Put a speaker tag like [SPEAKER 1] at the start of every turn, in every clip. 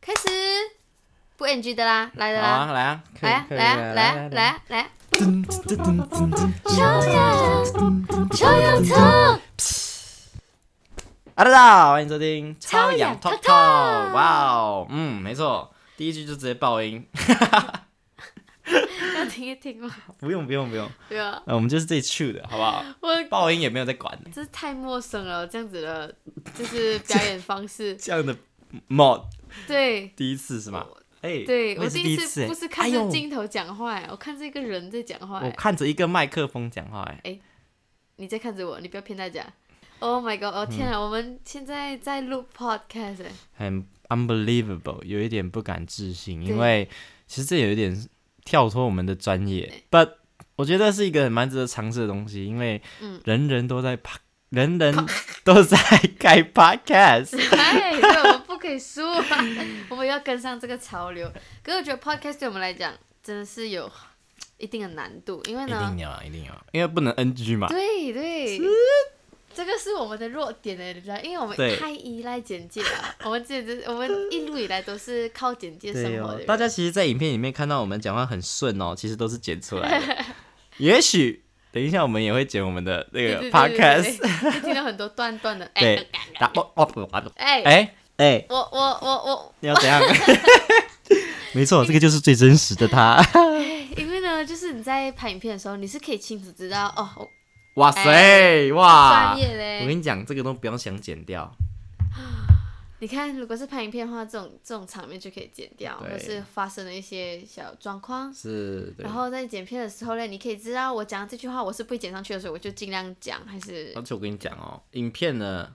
[SPEAKER 1] 开始，不 NG 的啦，来的
[SPEAKER 2] 好
[SPEAKER 1] 啦，
[SPEAKER 2] 啊，来啊，
[SPEAKER 1] 来啊来啊来啊来啊来啊！
[SPEAKER 2] 啊，大家好，欢迎收听超
[SPEAKER 1] 痒
[SPEAKER 2] 氧 Talk
[SPEAKER 1] Talk Talk
[SPEAKER 2] Talk。哇哦，嗯，没错，第一句就直接爆音，
[SPEAKER 1] 要听一听吗？
[SPEAKER 2] 不用不用不用，
[SPEAKER 1] 不要，
[SPEAKER 2] 呃我们就是自己去的，好不好？
[SPEAKER 1] 我
[SPEAKER 2] 爆音也没有在管的。
[SPEAKER 1] 这太陌生了，这样子的，就是表演方式
[SPEAKER 2] 这样的 mod，
[SPEAKER 1] 对
[SPEAKER 2] 第一次是吗？哎、
[SPEAKER 1] 对，
[SPEAKER 2] 我
[SPEAKER 1] 我
[SPEAKER 2] 也是
[SPEAKER 1] 第
[SPEAKER 2] 第
[SPEAKER 1] 一
[SPEAKER 2] 一
[SPEAKER 1] 次
[SPEAKER 2] 哎
[SPEAKER 1] 不是看
[SPEAKER 2] 哎
[SPEAKER 1] 着
[SPEAKER 2] 呦
[SPEAKER 1] 镜头欸讲话，欸我看这个人在讲话
[SPEAKER 2] 我。看着一个麦克风讲话，哎，
[SPEAKER 1] 你在看着我，你不要骗大家。Oh my god！哦
[SPEAKER 2] 嗯
[SPEAKER 1] 天啊，我们现在在录 podcast 哎，
[SPEAKER 2] 很 unbelievable，有一点不敢置信，
[SPEAKER 1] 对
[SPEAKER 2] 因为其实这有一点跳脱我们的专业，but 我觉得是一个蛮值得尝试的东西，因为
[SPEAKER 1] 嗯
[SPEAKER 2] 人人都 在 po- 人人都在开 podcast，
[SPEAKER 1] 哎，对，我们不可以输啊，我们要跟上这个潮流。可是我觉得 podcast 对我们来讲真的是有一定的难度，因为
[SPEAKER 2] 一
[SPEAKER 1] 呢
[SPEAKER 2] 定，有，啊一定有，因为不能 NG 嘛，
[SPEAKER 1] 对对，这个是我们的弱点哎，你知道，因为我们
[SPEAKER 2] 对
[SPEAKER 1] 太依赖简介了，我们之前就是我们一路以来都是靠简介生
[SPEAKER 2] 对
[SPEAKER 1] 活的
[SPEAKER 2] 哦，
[SPEAKER 1] 人
[SPEAKER 2] 大家其实，在影片里面看到我们讲话很顺 哦，其实都是剪出来的，也许等一下我们也会剪我们的那
[SPEAKER 1] 对
[SPEAKER 2] 个
[SPEAKER 1] 对对对
[SPEAKER 2] podcast，
[SPEAKER 1] 对就听到很多断断的，哎
[SPEAKER 2] 对，打哦哦不打不
[SPEAKER 1] 哎
[SPEAKER 2] 哎哎。
[SPEAKER 1] 我我我我
[SPEAKER 2] 你要怎 样？没错，这个就是最真实的他。
[SPEAKER 1] 因为呢，就是你在拍影片的时候，你是可以清楚知道哦，我
[SPEAKER 2] 哇塞，
[SPEAKER 1] 哎
[SPEAKER 2] 哇
[SPEAKER 1] 专！业
[SPEAKER 2] 我
[SPEAKER 1] 嘞。
[SPEAKER 2] 跟你讲，这个都不要想剪掉。
[SPEAKER 1] 你看，如果是拍影片的话，这种这种场面就可以剪掉，或者
[SPEAKER 2] 对
[SPEAKER 1] 是发生了一些小状况。
[SPEAKER 2] 是，对
[SPEAKER 1] 然。后在剪片的时候呢，你可以知道我讲这句话我是不会剪上去的，所以我就尽量讲，还是
[SPEAKER 2] 而且我跟你讲哦，影片呢，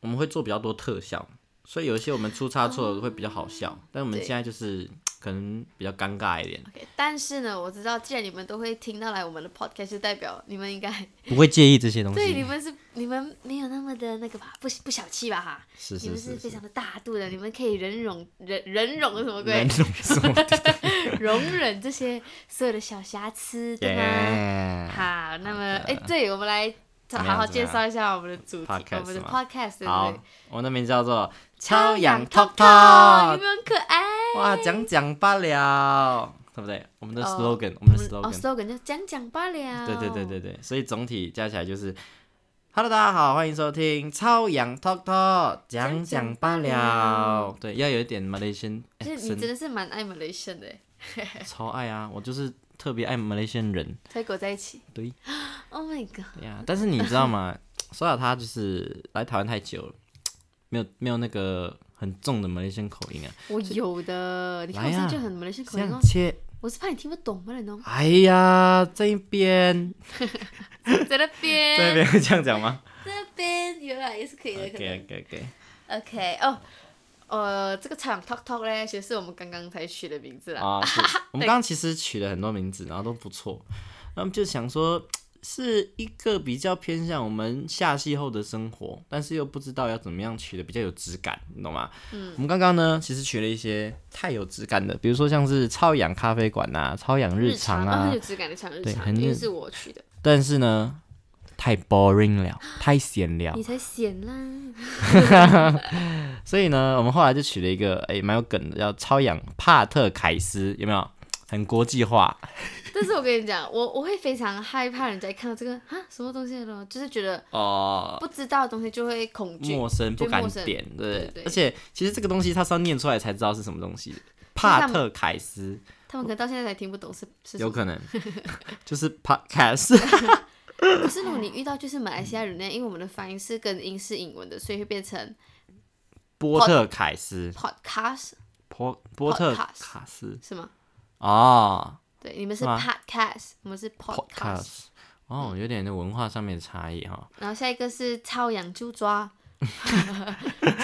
[SPEAKER 2] 我们会做比较多特效，所以有一些我们出差错会比较好笑。但我们
[SPEAKER 1] 对
[SPEAKER 2] 现在就是可能比较尴尬一点，
[SPEAKER 1] OK。但是呢，我知道既然你们都会听到来我们的 podcast，就代表你们应该
[SPEAKER 2] 不会介意这些东
[SPEAKER 1] 对你。们是你们没有那么的那个吧，不不小气吧哈，
[SPEAKER 2] 是
[SPEAKER 1] 你
[SPEAKER 2] 是
[SPEAKER 1] 们是
[SPEAKER 2] 是
[SPEAKER 1] 非
[SPEAKER 2] 是。
[SPEAKER 1] 常的大度的，你们可以忍容忍忍容什么鬼
[SPEAKER 2] 人？种什么？
[SPEAKER 1] 容忍这些所有的小瑕疵， 对吗？
[SPEAKER 2] 耶！
[SPEAKER 1] 好，那么哎，对，我们来
[SPEAKER 2] 么样
[SPEAKER 1] 好好
[SPEAKER 2] 怎么
[SPEAKER 1] 介
[SPEAKER 2] 样
[SPEAKER 1] 绍一下我们的主题，
[SPEAKER 2] Podcast
[SPEAKER 1] 我们的
[SPEAKER 2] 吗
[SPEAKER 1] podcast，对不
[SPEAKER 2] 好
[SPEAKER 1] 对？，
[SPEAKER 2] 我那名叫做
[SPEAKER 1] 超
[SPEAKER 2] 超
[SPEAKER 1] 氧
[SPEAKER 2] 氧
[SPEAKER 1] Talk
[SPEAKER 2] Talk
[SPEAKER 1] Talk，有
[SPEAKER 2] Talk
[SPEAKER 1] 没。有很可爱？
[SPEAKER 2] 哇，讲讲罢了，对不对？我们的
[SPEAKER 1] 哦
[SPEAKER 2] slogan，、我们的
[SPEAKER 1] 哦
[SPEAKER 2] slogan，、
[SPEAKER 1] ，slogan 就讲讲罢了。
[SPEAKER 2] 对对对对对，所以总体加起来就是，Hello，大家好，欢迎收听超阳 Talk Talk，讲讲罢了，对，要有一点 Malaysian
[SPEAKER 1] 就是你
[SPEAKER 2] accent，
[SPEAKER 1] 真的是蛮爱 Malaysian 的耶，
[SPEAKER 2] 超爱啊，我就是特别爱 Malaysian 人，
[SPEAKER 1] 才狗在一起。
[SPEAKER 2] 对
[SPEAKER 1] Oh my god！
[SPEAKER 2] 对呀、但是你知道吗？说到他就是来台湾太久了，没有没有那个很重的 Malaysian 口音啊，
[SPEAKER 1] 我有的，你看我
[SPEAKER 2] 来
[SPEAKER 1] 现
[SPEAKER 2] 啊
[SPEAKER 1] 在就很 Malaysian 口
[SPEAKER 2] 这
[SPEAKER 1] 音
[SPEAKER 2] 样
[SPEAKER 1] 哦，
[SPEAKER 2] 切，
[SPEAKER 1] 我是怕你听不懂嘛，你 懂？
[SPEAKER 2] 哎呀，这一 边
[SPEAKER 1] 在那边，
[SPEAKER 2] 这一边会这样讲吗
[SPEAKER 1] 这边原来也是可以的，可能
[SPEAKER 2] ？OK OK OK。
[SPEAKER 1] OK，哦，呃，这个场 Talk Talk 嘞，其实是我们刚刚才取的名字啦。
[SPEAKER 2] 啊， 是我们刚刚其实取了很多名字，然后都不错，那么就想说是一个比较偏向我们下戏后的生活，但是又不知道要怎么样取的比较有质感，你懂吗？嗯，我们刚刚呢，其实取了一些太有质感的，比如说像是超氧咖啡馆呐、超氧日常
[SPEAKER 1] 啊，
[SPEAKER 2] 啊
[SPEAKER 1] 很，有质感的常日
[SPEAKER 2] 对
[SPEAKER 1] 常，
[SPEAKER 2] 很
[SPEAKER 1] 因为
[SPEAKER 2] 日
[SPEAKER 1] 是我取的，
[SPEAKER 2] 但是呢，太 boring 了，太闲了
[SPEAKER 1] 你，才闲啦。
[SPEAKER 2] 所以呢，我们后来就取了一个哎蛮、有梗的，叫超氧帕特凯斯，有没有？很国际化，
[SPEAKER 1] 但是我跟你讲，我我会非常害怕人家一看到这个啊什么东西了，就是觉得
[SPEAKER 2] 哦、
[SPEAKER 1] 不知道的东西就会恐惧。
[SPEAKER 2] 陌生
[SPEAKER 1] 就
[SPEAKER 2] 不敢
[SPEAKER 1] 陌生
[SPEAKER 2] 点，对
[SPEAKER 1] 对对
[SPEAKER 2] 而且其实这个东西它是要念出来才知道是什么 东西的。
[SPEAKER 1] 他
[SPEAKER 2] 帕
[SPEAKER 1] 们
[SPEAKER 2] 特凯斯
[SPEAKER 1] 他们可能到现在才听不懂是是什
[SPEAKER 2] 有
[SPEAKER 1] 么。
[SPEAKER 2] 可 能就是 podcast，
[SPEAKER 1] 可是如果你遇到就是马来西亚人呢，因为我们的发音是跟英式英文的，所以会变成
[SPEAKER 2] 波特凯斯，
[SPEAKER 1] podcast
[SPEAKER 2] 波波特
[SPEAKER 1] Podcast
[SPEAKER 2] 卡斯
[SPEAKER 1] 是吗？
[SPEAKER 2] 哦
[SPEAKER 1] 对，你们是
[SPEAKER 2] 是吗
[SPEAKER 1] podcast，我们是 podcast。嗯
[SPEAKER 2] ，podcast 哦，有点那文化上面的差异哈，
[SPEAKER 1] 然后下一个是超痒就抓，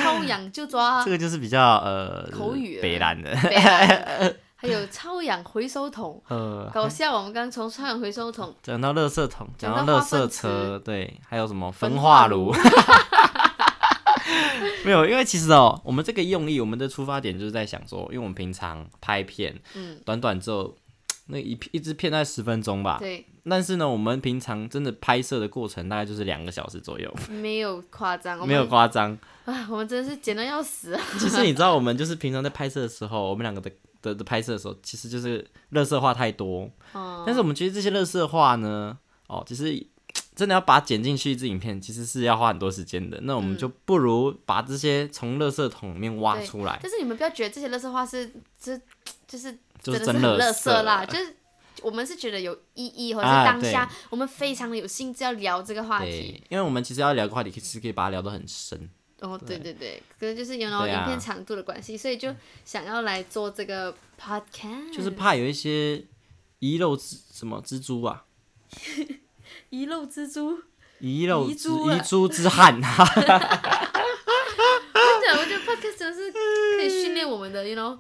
[SPEAKER 1] 超痒就抓
[SPEAKER 2] 这，个就是比较呃
[SPEAKER 1] 啊口语啊
[SPEAKER 2] 北兰的，
[SPEAKER 1] 北 兰还有超痒回收桶，
[SPEAKER 2] 呃，
[SPEAKER 1] 搞笑。我们刚从超痒回收桶
[SPEAKER 2] 讲到垃圾桶，
[SPEAKER 1] 讲
[SPEAKER 2] 讲
[SPEAKER 1] 到
[SPEAKER 2] 到垃
[SPEAKER 1] 化粪
[SPEAKER 2] 圾
[SPEAKER 1] 池
[SPEAKER 2] 车，对，还有什么
[SPEAKER 1] 焚
[SPEAKER 2] 焚
[SPEAKER 1] 化
[SPEAKER 2] 化炉？ 没有，因为其实哦，我们这个用意，我们的出发点就是在想说，因为我们平常拍片，
[SPEAKER 1] 嗯，
[SPEAKER 2] 短短只有那一一支片大概十分钟吧。
[SPEAKER 1] 对，
[SPEAKER 2] 但是呢，我们平常真的拍摄的过程大概就是两个小时左右，
[SPEAKER 1] 没有夸张，我
[SPEAKER 2] 没有
[SPEAKER 1] 们
[SPEAKER 2] 夸张。
[SPEAKER 1] 啊，我们 真的是剪到要死 啊！
[SPEAKER 2] 其实你知道，我们就是平常在拍摄的时候，我们两个的的的拍摄的时候，其实就是乐色话太多。
[SPEAKER 1] 哦
[SPEAKER 2] 但是我们其实这些乐色话呢，哦，其实真的要把它剪进去一支影片，其实是要花很多时间的。那我们就不如把这些从乐色桶里面挖
[SPEAKER 1] 对
[SPEAKER 2] 出来，
[SPEAKER 1] 但是你们不要觉得这些乐色话是，这就是
[SPEAKER 2] 就是
[SPEAKER 1] 真的是
[SPEAKER 2] 乐
[SPEAKER 1] 很乐
[SPEAKER 2] 色
[SPEAKER 1] 色啦，就是我们是觉得有意义，或者是
[SPEAKER 2] 啊
[SPEAKER 1] 当
[SPEAKER 2] 对
[SPEAKER 1] 下我们非常的有兴致要聊这个话题。
[SPEAKER 2] 对，因为我们其实要聊个话题，其实可以把它聊得很深。
[SPEAKER 1] 哦，对对对，可能就是有那种
[SPEAKER 2] 对啊
[SPEAKER 1] 影片长度的关系，所以就想要来做这个 podcast，
[SPEAKER 2] 就是怕有一些遗漏蜘什么蜘蛛啊，
[SPEAKER 1] 遗漏蜘蛛。
[SPEAKER 2] 遗漏之
[SPEAKER 1] 遗珠啊
[SPEAKER 2] 遗珠之憾啊，
[SPEAKER 1] 真啊的，我觉得 podcast 真的是可以训练我们的，you know，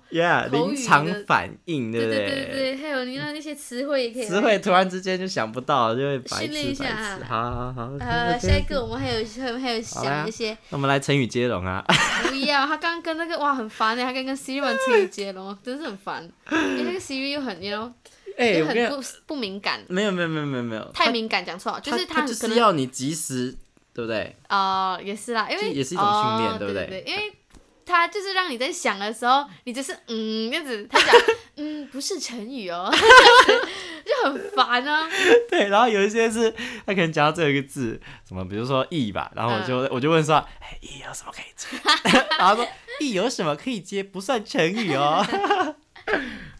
[SPEAKER 1] 口
[SPEAKER 2] yeah,
[SPEAKER 1] 语的
[SPEAKER 2] 临场反应，
[SPEAKER 1] 对
[SPEAKER 2] 不
[SPEAKER 1] 对对对，还有你那那些词汇也可以来。
[SPEAKER 2] 词汇突然之间就想不到，就会白
[SPEAKER 1] 训练
[SPEAKER 2] 痴
[SPEAKER 1] 一下
[SPEAKER 2] 白痴，好好好。
[SPEAKER 1] 呃，下一个我们还有还有还有
[SPEAKER 2] 好啦
[SPEAKER 1] 想一些，
[SPEAKER 2] 那我们来成语接龙啊，
[SPEAKER 1] 不要，他刚刚跟那个哇很烦欸的，他刚刚 Siri 玩成语接龙，真是很烦，因为那个 Siri 又很，you know，
[SPEAKER 2] 哎、
[SPEAKER 1] 又
[SPEAKER 2] 我跟
[SPEAKER 1] 很
[SPEAKER 2] 你
[SPEAKER 1] 不不敏感，
[SPEAKER 2] 没有没有没有没有没有，
[SPEAKER 1] 太敏感讲错了，就是
[SPEAKER 2] 他
[SPEAKER 1] 很
[SPEAKER 2] 就
[SPEAKER 1] 可
[SPEAKER 2] 是
[SPEAKER 1] 能
[SPEAKER 2] 要你及时，对不对？
[SPEAKER 1] 啊也是啦，因
[SPEAKER 2] 这
[SPEAKER 1] 为
[SPEAKER 2] 也是一种训练
[SPEAKER 1] 哦
[SPEAKER 2] 对不
[SPEAKER 1] 对
[SPEAKER 2] 对
[SPEAKER 1] 对，因为。他就是让你在想的时候，你就是嗯这样子，他 讲嗯不是成语哦， 就很烦啊。
[SPEAKER 2] 对，然后有一些是他可能讲到最后一个字，什么比如说“义”吧，然后我就、
[SPEAKER 1] 嗯
[SPEAKER 2] 我就问说：“哎，义有什么可以 接？”然后他说：“义有什么可以接？不算成语哦。嗯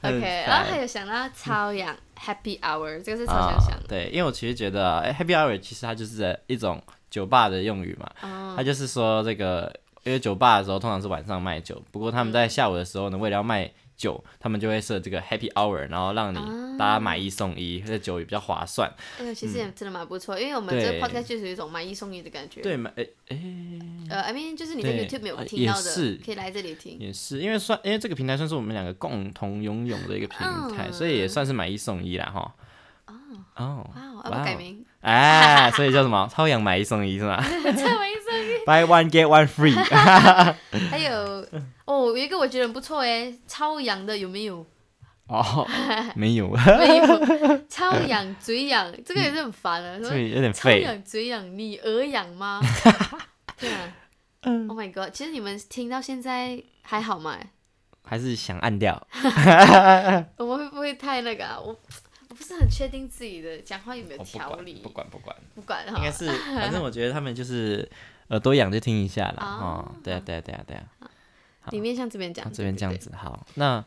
[SPEAKER 2] 很
[SPEAKER 1] OK，
[SPEAKER 2] 烦
[SPEAKER 1] 然后还有想到超养 Happy Hour，这个是超
[SPEAKER 2] 啊
[SPEAKER 1] 想想的。
[SPEAKER 2] 对，因为我其实觉得、哎 Happy Hour 其实它就是一种酒吧的用语嘛，
[SPEAKER 1] 哦
[SPEAKER 2] 它就是说这个，因为酒吧的时候通常是晚上卖酒，不过他们在下午的时候呢，为了要卖酒，他们就会设这个 Happy Hour，然后让你大家买一送一，这酒也比较划算。
[SPEAKER 1] 哎呦，其实也真的蛮不错，因为我们这个
[SPEAKER 2] 对
[SPEAKER 1] podcast 就是有一种买一送一的感觉。
[SPEAKER 2] 对，买、哎
[SPEAKER 1] 呃，I mean，就是你在
[SPEAKER 2] 对
[SPEAKER 1] YouTube 没有
[SPEAKER 2] 啊
[SPEAKER 1] 听到
[SPEAKER 2] 也是
[SPEAKER 1] 的，可以来这里听。
[SPEAKER 2] 也是，因为算因为这个平台算是我们两个共同拥有的一个平台，
[SPEAKER 1] 嗯
[SPEAKER 2] 所以也算是买一送一啦哈。哦
[SPEAKER 1] 哇哦，要
[SPEAKER 2] 哇
[SPEAKER 1] 不
[SPEAKER 2] 哦
[SPEAKER 1] 改 名？
[SPEAKER 2] 哎，所以叫什么？ 超阳买一送一 是吗
[SPEAKER 1] 再买一送
[SPEAKER 2] ？Buy one get one free。
[SPEAKER 1] 一。还 有哦，有一个我觉得很不错哎，超养的有没 有？
[SPEAKER 2] 哦，没 有，
[SPEAKER 1] 没有。超养嘴痒，这个也是很烦 的。什
[SPEAKER 2] 所
[SPEAKER 1] 么
[SPEAKER 2] 以有点
[SPEAKER 1] 超
[SPEAKER 2] 废。
[SPEAKER 1] 痒嘴痒，你耳痒吗？ 对啊。Oh
[SPEAKER 2] 嗯
[SPEAKER 1] my god！其实你们听到现在还好吗？
[SPEAKER 2] 还是想 按掉。
[SPEAKER 1] 我们会不会太那个啊？我我不是很确定自己的讲话有没有
[SPEAKER 2] 哦我不
[SPEAKER 1] 条
[SPEAKER 2] 管，
[SPEAKER 1] 理，
[SPEAKER 2] 不管，不管，
[SPEAKER 1] 不管
[SPEAKER 2] 应
[SPEAKER 1] 哈。
[SPEAKER 2] 该是，反正我觉得他们就是耳朵痒就听一下啦。
[SPEAKER 1] 啊
[SPEAKER 2] 哦，对啊，对啊，对啊，对啊，
[SPEAKER 1] 里面像这边讲
[SPEAKER 2] 那，这边
[SPEAKER 1] 对
[SPEAKER 2] 这样，子好。那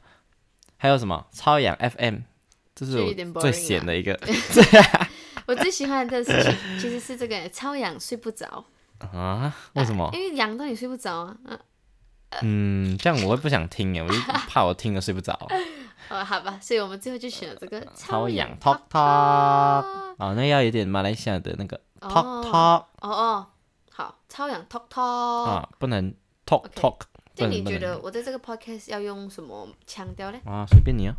[SPEAKER 2] 还有什么超痒 FM？这是
[SPEAKER 1] 就有
[SPEAKER 2] 我
[SPEAKER 1] 点
[SPEAKER 2] 最
[SPEAKER 1] boring
[SPEAKER 2] 闲
[SPEAKER 1] 啊
[SPEAKER 2] 的一个
[SPEAKER 1] 对对我最喜欢的事情其实是这个 超痒睡不着，
[SPEAKER 2] 啊？为什么？
[SPEAKER 1] 因为痒到你睡不着啊。嗯
[SPEAKER 2] 嗯，这样我会不想听耶， 我就怕我听了睡不着。
[SPEAKER 1] 哦，好吧，所以我们最后就选了这个
[SPEAKER 2] 呃超
[SPEAKER 1] 痒
[SPEAKER 2] 痒 Talk Talk，哦，那要有点马来西亚的那个 Talk
[SPEAKER 1] 哦
[SPEAKER 2] Talk
[SPEAKER 1] 哦哦，好，超痒 talk talk。
[SPEAKER 2] 啊，不能 Talk
[SPEAKER 1] 哦 OK
[SPEAKER 2] Talk，不
[SPEAKER 1] 就
[SPEAKER 2] 能
[SPEAKER 1] 你
[SPEAKER 2] 不
[SPEAKER 1] 觉
[SPEAKER 2] 能
[SPEAKER 1] 得我在这个 podcast 要用什么腔调嘞？
[SPEAKER 2] 啊，随便你啊，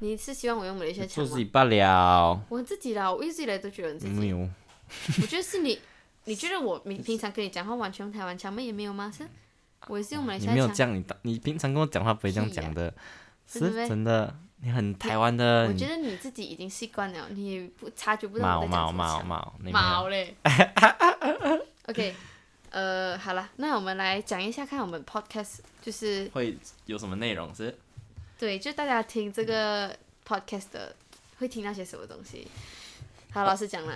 [SPEAKER 1] 你是希望我用马来西亚腔
[SPEAKER 2] 做自
[SPEAKER 1] 吗
[SPEAKER 2] 己？嗯罢了。
[SPEAKER 1] 我自己啦，我一直以来都觉得我自己。
[SPEAKER 2] 没有。
[SPEAKER 1] 我觉得是你，你觉得我平平常跟你讲话完全用台湾腔吗？也没有吗？是，我也是用马来西
[SPEAKER 2] 你
[SPEAKER 1] 亚
[SPEAKER 2] 没有
[SPEAKER 1] 腔。
[SPEAKER 2] 这样，你当你平常跟我讲话不会这样
[SPEAKER 1] 屁呀
[SPEAKER 2] 讲的，
[SPEAKER 1] 真的
[SPEAKER 2] 是
[SPEAKER 1] 咩
[SPEAKER 2] 真的。你很台湾的，
[SPEAKER 1] 我
[SPEAKER 2] 你
[SPEAKER 1] 觉得你自己已经习惯了，你也不察觉不到
[SPEAKER 2] 毛
[SPEAKER 1] 我在讲
[SPEAKER 2] 毛
[SPEAKER 1] 什么
[SPEAKER 2] 毛
[SPEAKER 1] 腔。
[SPEAKER 2] 毛，你没有
[SPEAKER 1] 毛 嘞。OK，呃，好了，那我们来讲一下，看我们 podcast 就是
[SPEAKER 2] 会有什么内容是？
[SPEAKER 1] 对，就大家听这个 podcast 的会听到些什么东西。好，老师讲啦，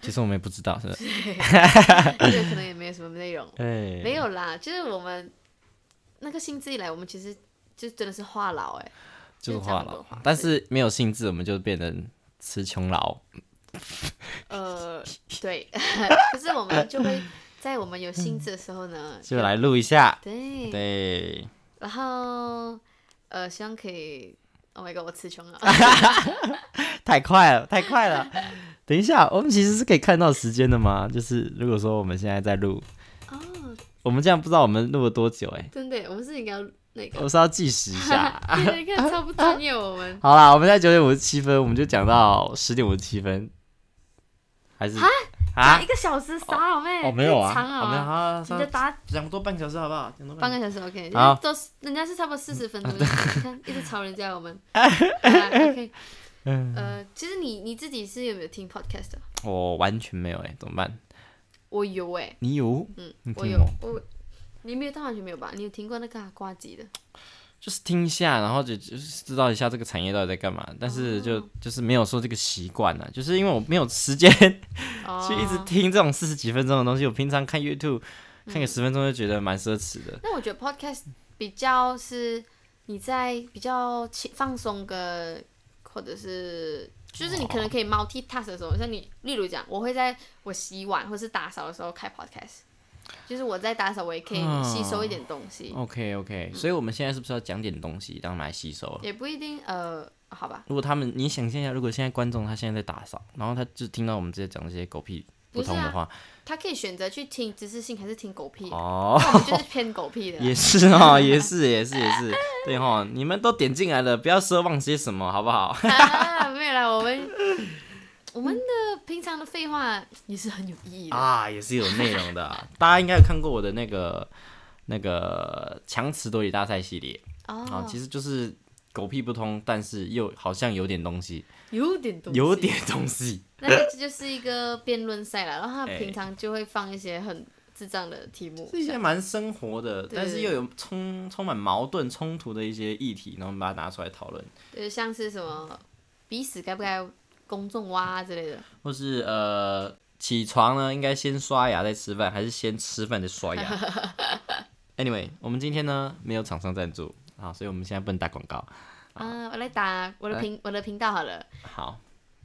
[SPEAKER 2] 其实我们也不知道，是 不是？
[SPEAKER 1] 这个可能也没有什么内 容。
[SPEAKER 2] 哎，
[SPEAKER 1] 没有啦，就是我们那个性质以来，我们其实就真的是话痨哎、
[SPEAKER 2] 就是
[SPEAKER 1] 就这样
[SPEAKER 2] 话
[SPEAKER 1] 的
[SPEAKER 2] 痨
[SPEAKER 1] 话，
[SPEAKER 2] 但是没有兴致，我们就变成吃穷老。
[SPEAKER 1] 呃，对， 可是我们就会在我们有兴致的时候 呢，
[SPEAKER 2] 就来录一下。
[SPEAKER 1] 对，
[SPEAKER 2] 对，
[SPEAKER 1] 然后呃，希望可以，Oh my god，我词穷 了，
[SPEAKER 2] 太快了，太 快了。等一下，我们其实是可以看到时间的吗？就是如果说我们现在在录，
[SPEAKER 1] 哦，
[SPEAKER 2] 我们这样不知道我们录了多久哎、
[SPEAKER 1] 真的耶，我们是应该要那个，
[SPEAKER 2] 我是要计时一 下。
[SPEAKER 1] 对，你
[SPEAKER 2] 啊
[SPEAKER 1] 看超不专业，我们
[SPEAKER 2] 好啦，我们在九点五十七分，我们就讲到十点五十七分。还是
[SPEAKER 1] 打
[SPEAKER 2] 啊
[SPEAKER 1] 一？个小时傻好妹，
[SPEAKER 2] 哦，没有
[SPEAKER 1] 太
[SPEAKER 2] 啊，
[SPEAKER 1] 长了
[SPEAKER 2] 哦没有
[SPEAKER 1] 吧，
[SPEAKER 2] 啊，
[SPEAKER 1] 你就
[SPEAKER 2] 上
[SPEAKER 1] 打
[SPEAKER 2] 讲多半个小时好不好？讲多
[SPEAKER 1] 半
[SPEAKER 2] 个
[SPEAKER 1] 个小时 OK，
[SPEAKER 2] 好
[SPEAKER 1] 都是人家是差不多四十 分钟，你看一直吵人家我们，好啦 OK，呃，
[SPEAKER 2] 嗯
[SPEAKER 1] 其实你你自己是有没有听 podcast 的？
[SPEAKER 2] 我完全没有哎，怎么办？
[SPEAKER 1] 我有哎，
[SPEAKER 2] 你有？
[SPEAKER 1] 嗯
[SPEAKER 2] 你，
[SPEAKER 1] 我
[SPEAKER 2] 听
[SPEAKER 1] 有
[SPEAKER 2] 哦过
[SPEAKER 1] 我，你没有到完全没有吧？你有听过那个啊瓜吉的？
[SPEAKER 2] 就是听一下，然后就就是知道一下这个产业到底在干嘛，但是就就是没有说这个习惯呢，就是因为我没有时间去
[SPEAKER 1] 哦，
[SPEAKER 2] 一直听这种四十几分钟的东西。我平常看 YouTube 看个十分钟就觉得蛮奢侈的。
[SPEAKER 1] 那我觉得 podcast 比较是你在比较轻放松个，或者是就是你可能可以
[SPEAKER 2] 哦
[SPEAKER 1] multitask 的时候，像你，例如讲，我会在我洗碗或是打扫的时候开 podcast，就是我在打扫，我也可以
[SPEAKER 2] 嗯
[SPEAKER 1] 吸收一点东西，
[SPEAKER 2] OK OK，所以我们现在是不是要讲点东西，让他们来吸收了？
[SPEAKER 1] 也不一定呃，好吧，
[SPEAKER 2] 如果他们，你想象一下，如果现在观众他现在在打扫，然后他就听到我们这些讲这些狗屁
[SPEAKER 1] 不
[SPEAKER 2] 不
[SPEAKER 1] 是
[SPEAKER 2] 通的
[SPEAKER 1] 啊，
[SPEAKER 2] 话，
[SPEAKER 1] 他可以选择去听知识性还是听狗屁，啊
[SPEAKER 2] 哦，
[SPEAKER 1] 那我们就是偏狗屁的啦。
[SPEAKER 2] 也是哦， 也是也是也是，对哈、你们都点进来了，不要奢望些什么，好不好？
[SPEAKER 1] 啊，没有啦，我们我们的平常的废话也是很有意义的。
[SPEAKER 2] 啊，也是有内容的啊、大家应该有看过我的那个那个强词夺理大赛系列啊、
[SPEAKER 1] 哦，
[SPEAKER 2] 其实就是狗屁不通，但是又好像有点东西，
[SPEAKER 1] 有点东西，
[SPEAKER 2] 有点东 西。
[SPEAKER 1] 那个这就是一个辩论赛了，然后他
[SPEAKER 2] 哎
[SPEAKER 1] 平常就会放一些很智障的题目。
[SPEAKER 2] 是一些蛮生活的，
[SPEAKER 1] 对
[SPEAKER 2] 但是又有充充满矛盾冲突的一些议题，然后我们把它拿出来讨论，
[SPEAKER 1] 就是像是什么鼻屎该不该公众挖啊之类的，
[SPEAKER 2] 或是呃起床呢应该先刷牙再吃饭，还是先吃饭再刷牙 ？Anyway，我们今天呢没有厂商赞助啊，所以我们现在不能打广告。
[SPEAKER 1] 啊，我来打我的频我的频道好了。
[SPEAKER 2] 好，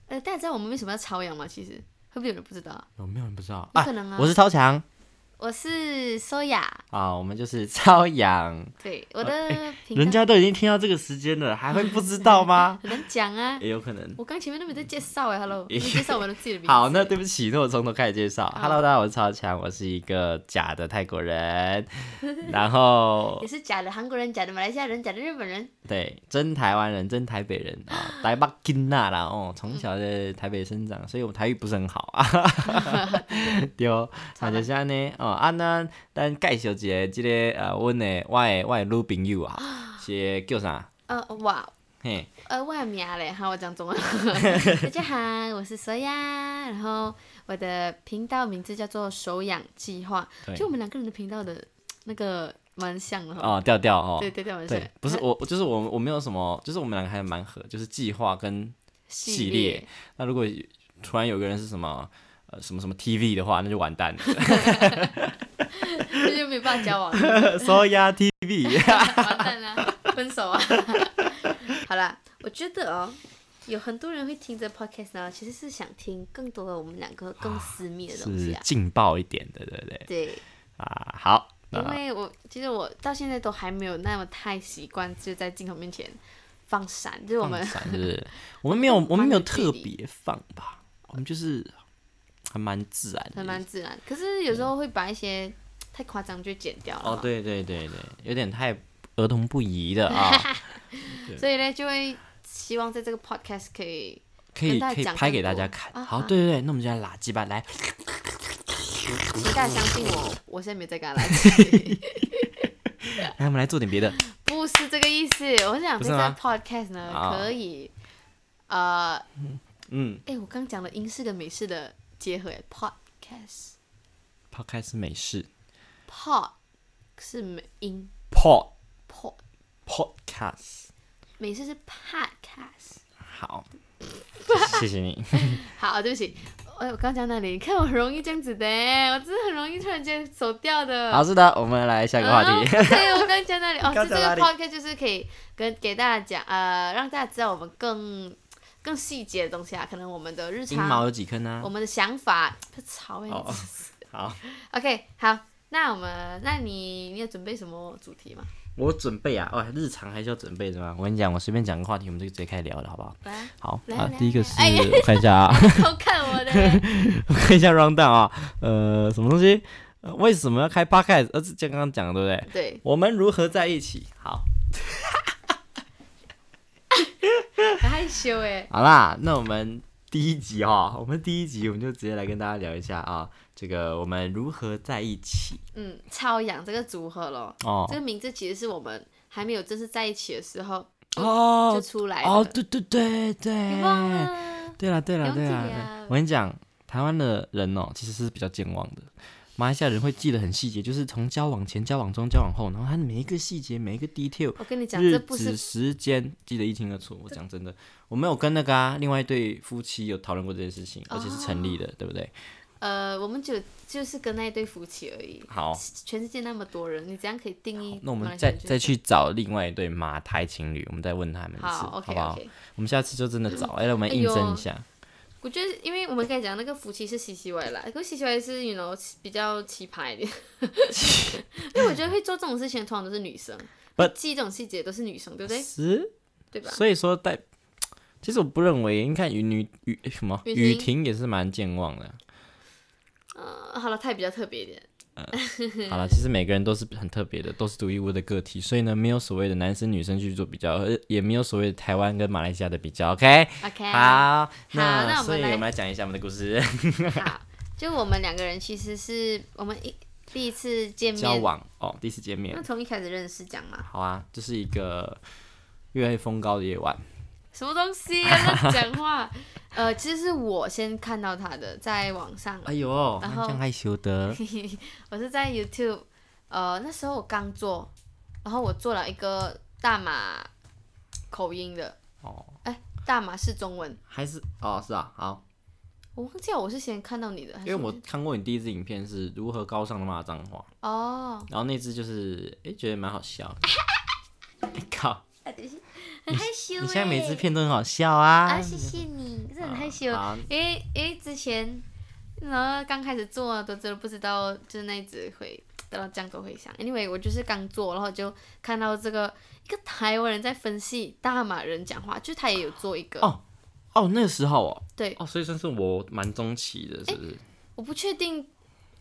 [SPEAKER 1] 呃，大家知道我们为什么要朝阳吗？其实会不会有人不知道啊？
[SPEAKER 2] 有没有人不知道？
[SPEAKER 1] 有可能啊
[SPEAKER 2] 我是超强
[SPEAKER 1] 我是收雅，
[SPEAKER 2] 啊，我们就是超阳，
[SPEAKER 1] 对我的频道？
[SPEAKER 2] 啊哎人家都已经听到这个时间了，还会不知道吗
[SPEAKER 1] 很难讲啊。
[SPEAKER 2] 也有可能。
[SPEAKER 1] 我刚前面都没在介绍 哎，Hello，没介绍我的自己的名字。
[SPEAKER 2] 好，那对不起，那我从头开始介绍。Hello，大家好，我是超强，我是一个假的泰国人，然后
[SPEAKER 1] 也是假的韩国人，假的马来西亚人，假的日本人。
[SPEAKER 2] 对真台湾人，真台北人 啊，台北金娜啦哦，从小在台北生长，所以我台语不是很好 啊。对，那就是安尼哦，啊那咱介绍一个这个呃，阮的我的我的女朋友啊， 是叫啥？
[SPEAKER 1] 呃，哇，
[SPEAKER 2] 嘿，
[SPEAKER 1] 呃，外名嘞，好，我讲 中文。大家好，我是索雅，然后我的频道名字叫做“手养计划”，
[SPEAKER 2] 对
[SPEAKER 1] 就我们两个人的频道的那个蛮像的哈。
[SPEAKER 2] 哦，调调哦，
[SPEAKER 1] 对对对，蛮像
[SPEAKER 2] 对。，不是我，我就是我，我没有什么，就是我们两个还蛮合，就是计划跟系列。那如果突然有个人是什么呃什么什么 TV 的话，那就完蛋 了。
[SPEAKER 1] 这就没办法交往，
[SPEAKER 2] 所以啊 TV，
[SPEAKER 1] 完蛋 啦，分手啊！ 好啦，我觉得哦，有很多人会听这 podcast 呢，其实是想听更多的我们两个更私密的东
[SPEAKER 2] 是
[SPEAKER 1] 西啊。
[SPEAKER 2] 劲爆一点的，对不对？
[SPEAKER 1] 对，
[SPEAKER 2] 啊，好，
[SPEAKER 1] 因
[SPEAKER 2] 那
[SPEAKER 1] 为我其实我到现在都还没有那么太习惯，就在镜头面前放闪，就是我们
[SPEAKER 2] 放闪是不是？我们 没有，我们没有
[SPEAKER 1] 蛮有距
[SPEAKER 2] 特
[SPEAKER 1] 离
[SPEAKER 2] 别放吧，我们就是还蛮自然
[SPEAKER 1] 还
[SPEAKER 2] 的。
[SPEAKER 1] 蛮自然。可是有时候会把一些太夸张就剪掉了嘛
[SPEAKER 2] 嗯哦，，对对对对，有点太儿童不宜的 啊，
[SPEAKER 1] 所以呢就会希望在这个 podcast 可以
[SPEAKER 2] 可
[SPEAKER 1] 跟
[SPEAKER 2] 以
[SPEAKER 1] 大家
[SPEAKER 2] 可以
[SPEAKER 1] 讲
[SPEAKER 2] 拍
[SPEAKER 1] 更
[SPEAKER 2] 给大
[SPEAKER 1] 多
[SPEAKER 2] 家看。
[SPEAKER 1] 啊
[SPEAKER 2] 好，
[SPEAKER 1] 啊
[SPEAKER 2] 对对对，那我们就来拉鸡巴来。
[SPEAKER 1] 请大家相信我，我现在没在跟他来气，
[SPEAKER 2] 来，我们来做点别的。
[SPEAKER 1] 不是这个意思。我想
[SPEAKER 2] 不
[SPEAKER 1] 在
[SPEAKER 2] 是
[SPEAKER 1] 这
[SPEAKER 2] 吗
[SPEAKER 1] 个 podcast 呢、
[SPEAKER 2] 哦
[SPEAKER 1] 可以，呃，
[SPEAKER 2] 嗯
[SPEAKER 1] 哎，我刚讲了英式跟美式的结合诶，podcast
[SPEAKER 2] ，Podcast 美式
[SPEAKER 1] pod 是美音
[SPEAKER 2] Pod
[SPEAKER 1] pod，
[SPEAKER 2] Podcast，
[SPEAKER 1] 美式是 podcast。
[SPEAKER 2] 好，谢谢 你。
[SPEAKER 1] 好，对不起，哎我我刚讲到哪里？你看我很容易这样子的，我真的很容易突然间走掉的。
[SPEAKER 2] 好，是的，我们来下一个话题。
[SPEAKER 1] 啊对，我刚讲到哪里？哦，
[SPEAKER 2] 刚
[SPEAKER 1] 就这
[SPEAKER 2] 讲
[SPEAKER 1] 个
[SPEAKER 2] 哪里
[SPEAKER 1] podcast 就是可以跟给大家讲，呃，让大家知道我们更更细节的东西啊，可能我们的日
[SPEAKER 2] 阴毛
[SPEAKER 1] 常、
[SPEAKER 2] 有几颗呢
[SPEAKER 1] 我？们的想法。不吵哎、
[SPEAKER 2] 哦
[SPEAKER 1] 真是
[SPEAKER 2] 好，
[SPEAKER 1] OK，好，那我们，那你你有准备什么主题吗？
[SPEAKER 2] 我准备啊，哦，日常还需要准备是吗？我跟你讲，我随便讲个话题，我们就直接开始聊了，好不好？
[SPEAKER 1] 来啊，
[SPEAKER 2] 好
[SPEAKER 1] 来
[SPEAKER 2] 啊
[SPEAKER 1] 来，
[SPEAKER 2] 第一个是
[SPEAKER 1] 哎呀
[SPEAKER 2] 我看一下啊，
[SPEAKER 1] 偷看我的嘞，
[SPEAKER 2] 我看一下 round down 啊，呃，什么东西？呃为什么要开 podcast？呃，这刚刚讲的对不对？
[SPEAKER 1] 对，
[SPEAKER 2] 我们如何在一起？好，
[SPEAKER 1] 很害羞哎、欸
[SPEAKER 2] 好啦，那我们第一集哈、我们第一集我们就直接来跟大家聊一下啊，这个我们如何在一起
[SPEAKER 1] 嗯，超养这个组合咯。
[SPEAKER 2] 哦
[SPEAKER 1] 这个名字其实是我们还没有正式在一起的时候就
[SPEAKER 2] 哦
[SPEAKER 1] 出来的。
[SPEAKER 2] 哦，对对对
[SPEAKER 1] 你忘
[SPEAKER 2] 对，
[SPEAKER 1] 了？
[SPEAKER 2] 对啦对啦
[SPEAKER 1] 了
[SPEAKER 2] 对啦，
[SPEAKER 1] 解
[SPEAKER 2] 对
[SPEAKER 1] 啊
[SPEAKER 2] 我跟你讲，台湾的人哦、其实是比较健忘的。马来西亚人会记得很细节，就是从交往前、交往中、交往后，然后他每一个细节、每一个 detail，
[SPEAKER 1] 我跟你讲，
[SPEAKER 2] 日
[SPEAKER 1] 这不
[SPEAKER 2] 子、
[SPEAKER 1] 是
[SPEAKER 2] 时间记得一清二楚。我讲真的，我们有跟那个、啊、另外一对夫妻有讨论过这件事情，
[SPEAKER 1] 哦
[SPEAKER 2] 而且是成立的，对不对？
[SPEAKER 1] 呃，我们就就是跟那一对夫妻而已。
[SPEAKER 2] 好，
[SPEAKER 1] 全世界那么多人，你怎样可以定义
[SPEAKER 2] 哦那我
[SPEAKER 1] 马
[SPEAKER 2] 们
[SPEAKER 1] 来西亚
[SPEAKER 2] 再
[SPEAKER 1] 人就是？
[SPEAKER 2] 再去找另外一对马台情侣，我们再问他们一次，
[SPEAKER 1] 好
[SPEAKER 2] 好
[SPEAKER 1] ，OK
[SPEAKER 2] 不好？
[SPEAKER 1] OK。
[SPEAKER 2] 我们下次就 真的找，哎，让我们
[SPEAKER 1] 哎
[SPEAKER 2] 印
[SPEAKER 1] 呦
[SPEAKER 2] 证一下。
[SPEAKER 1] 我觉得，因为我们刚才讲那个夫妻是 C C Y 啦，可是 C C Y 是 you know 比较奇葩一点， 因为我觉得会做这种事情的通常都是女生，
[SPEAKER 2] But-
[SPEAKER 1] 会记这种细节都是女生，对不对？
[SPEAKER 2] 是，
[SPEAKER 1] 对吧？
[SPEAKER 2] 所以说代，其实我不认为，你看雨女雨哎什么
[SPEAKER 1] 雨
[SPEAKER 2] 雨
[SPEAKER 1] 婷
[SPEAKER 2] 婷也是蛮健忘的。
[SPEAKER 1] 呃，好了，她也比较特别一点，
[SPEAKER 2] 好了，其实每个人都是很特别的，都是独一无二的个体，所以呢，没有所谓的男生女生去做比较，呃也没有所谓的台湾跟马来西亚的比较。OK，
[SPEAKER 1] OK，
[SPEAKER 2] 好，
[SPEAKER 1] 哎那我们
[SPEAKER 2] 所以我
[SPEAKER 1] 来
[SPEAKER 2] 们来讲一下我们的故事，
[SPEAKER 1] 好，就我们两个人其实是我们一第一次见
[SPEAKER 2] 交
[SPEAKER 1] 面，
[SPEAKER 2] 往哦，第一次见面
[SPEAKER 1] 那，从一开始认识讲嘛，
[SPEAKER 2] 好啊，这、是一个月黑风高的夜晚，
[SPEAKER 1] 什么东西啊？在讲话， 呃，其实是我先看到他的，在网上，
[SPEAKER 2] 哎呦，
[SPEAKER 1] 然
[SPEAKER 2] 那
[SPEAKER 1] 后
[SPEAKER 2] 这样害羞的，
[SPEAKER 1] 我是在 YouTube，呃，那时候我刚做，然后我做了一个大马口音的，
[SPEAKER 2] 哦，
[SPEAKER 1] 哎，大马是中文，
[SPEAKER 2] 还是哦，是啊，好，我
[SPEAKER 1] 我忘记了我是先看到你的，还
[SPEAKER 2] 因
[SPEAKER 1] 是
[SPEAKER 2] 为我看过你第一支影片是如何高尚的骂脏话，
[SPEAKER 1] 哦，
[SPEAKER 2] 然后那支就是哎、觉得蛮好 笑的，哎靠，
[SPEAKER 1] 很害羞
[SPEAKER 2] 你现在每支
[SPEAKER 1] 欸
[SPEAKER 2] 片都很好笑啊，
[SPEAKER 1] 啊，谢谢你，真的很害羞，
[SPEAKER 2] 好啊
[SPEAKER 1] 因为因为之前，然后刚开始做都真的不知道，就是那一直会得到这样多回响。Anyway，我就是刚做，然后就看到这个一个台湾人在分析大马人讲话，就是他也有做一个，
[SPEAKER 2] 哦哦，那个时候哦，
[SPEAKER 1] 对，
[SPEAKER 2] 哦，所以算是我蛮中期的，是不是？
[SPEAKER 1] 我不确定，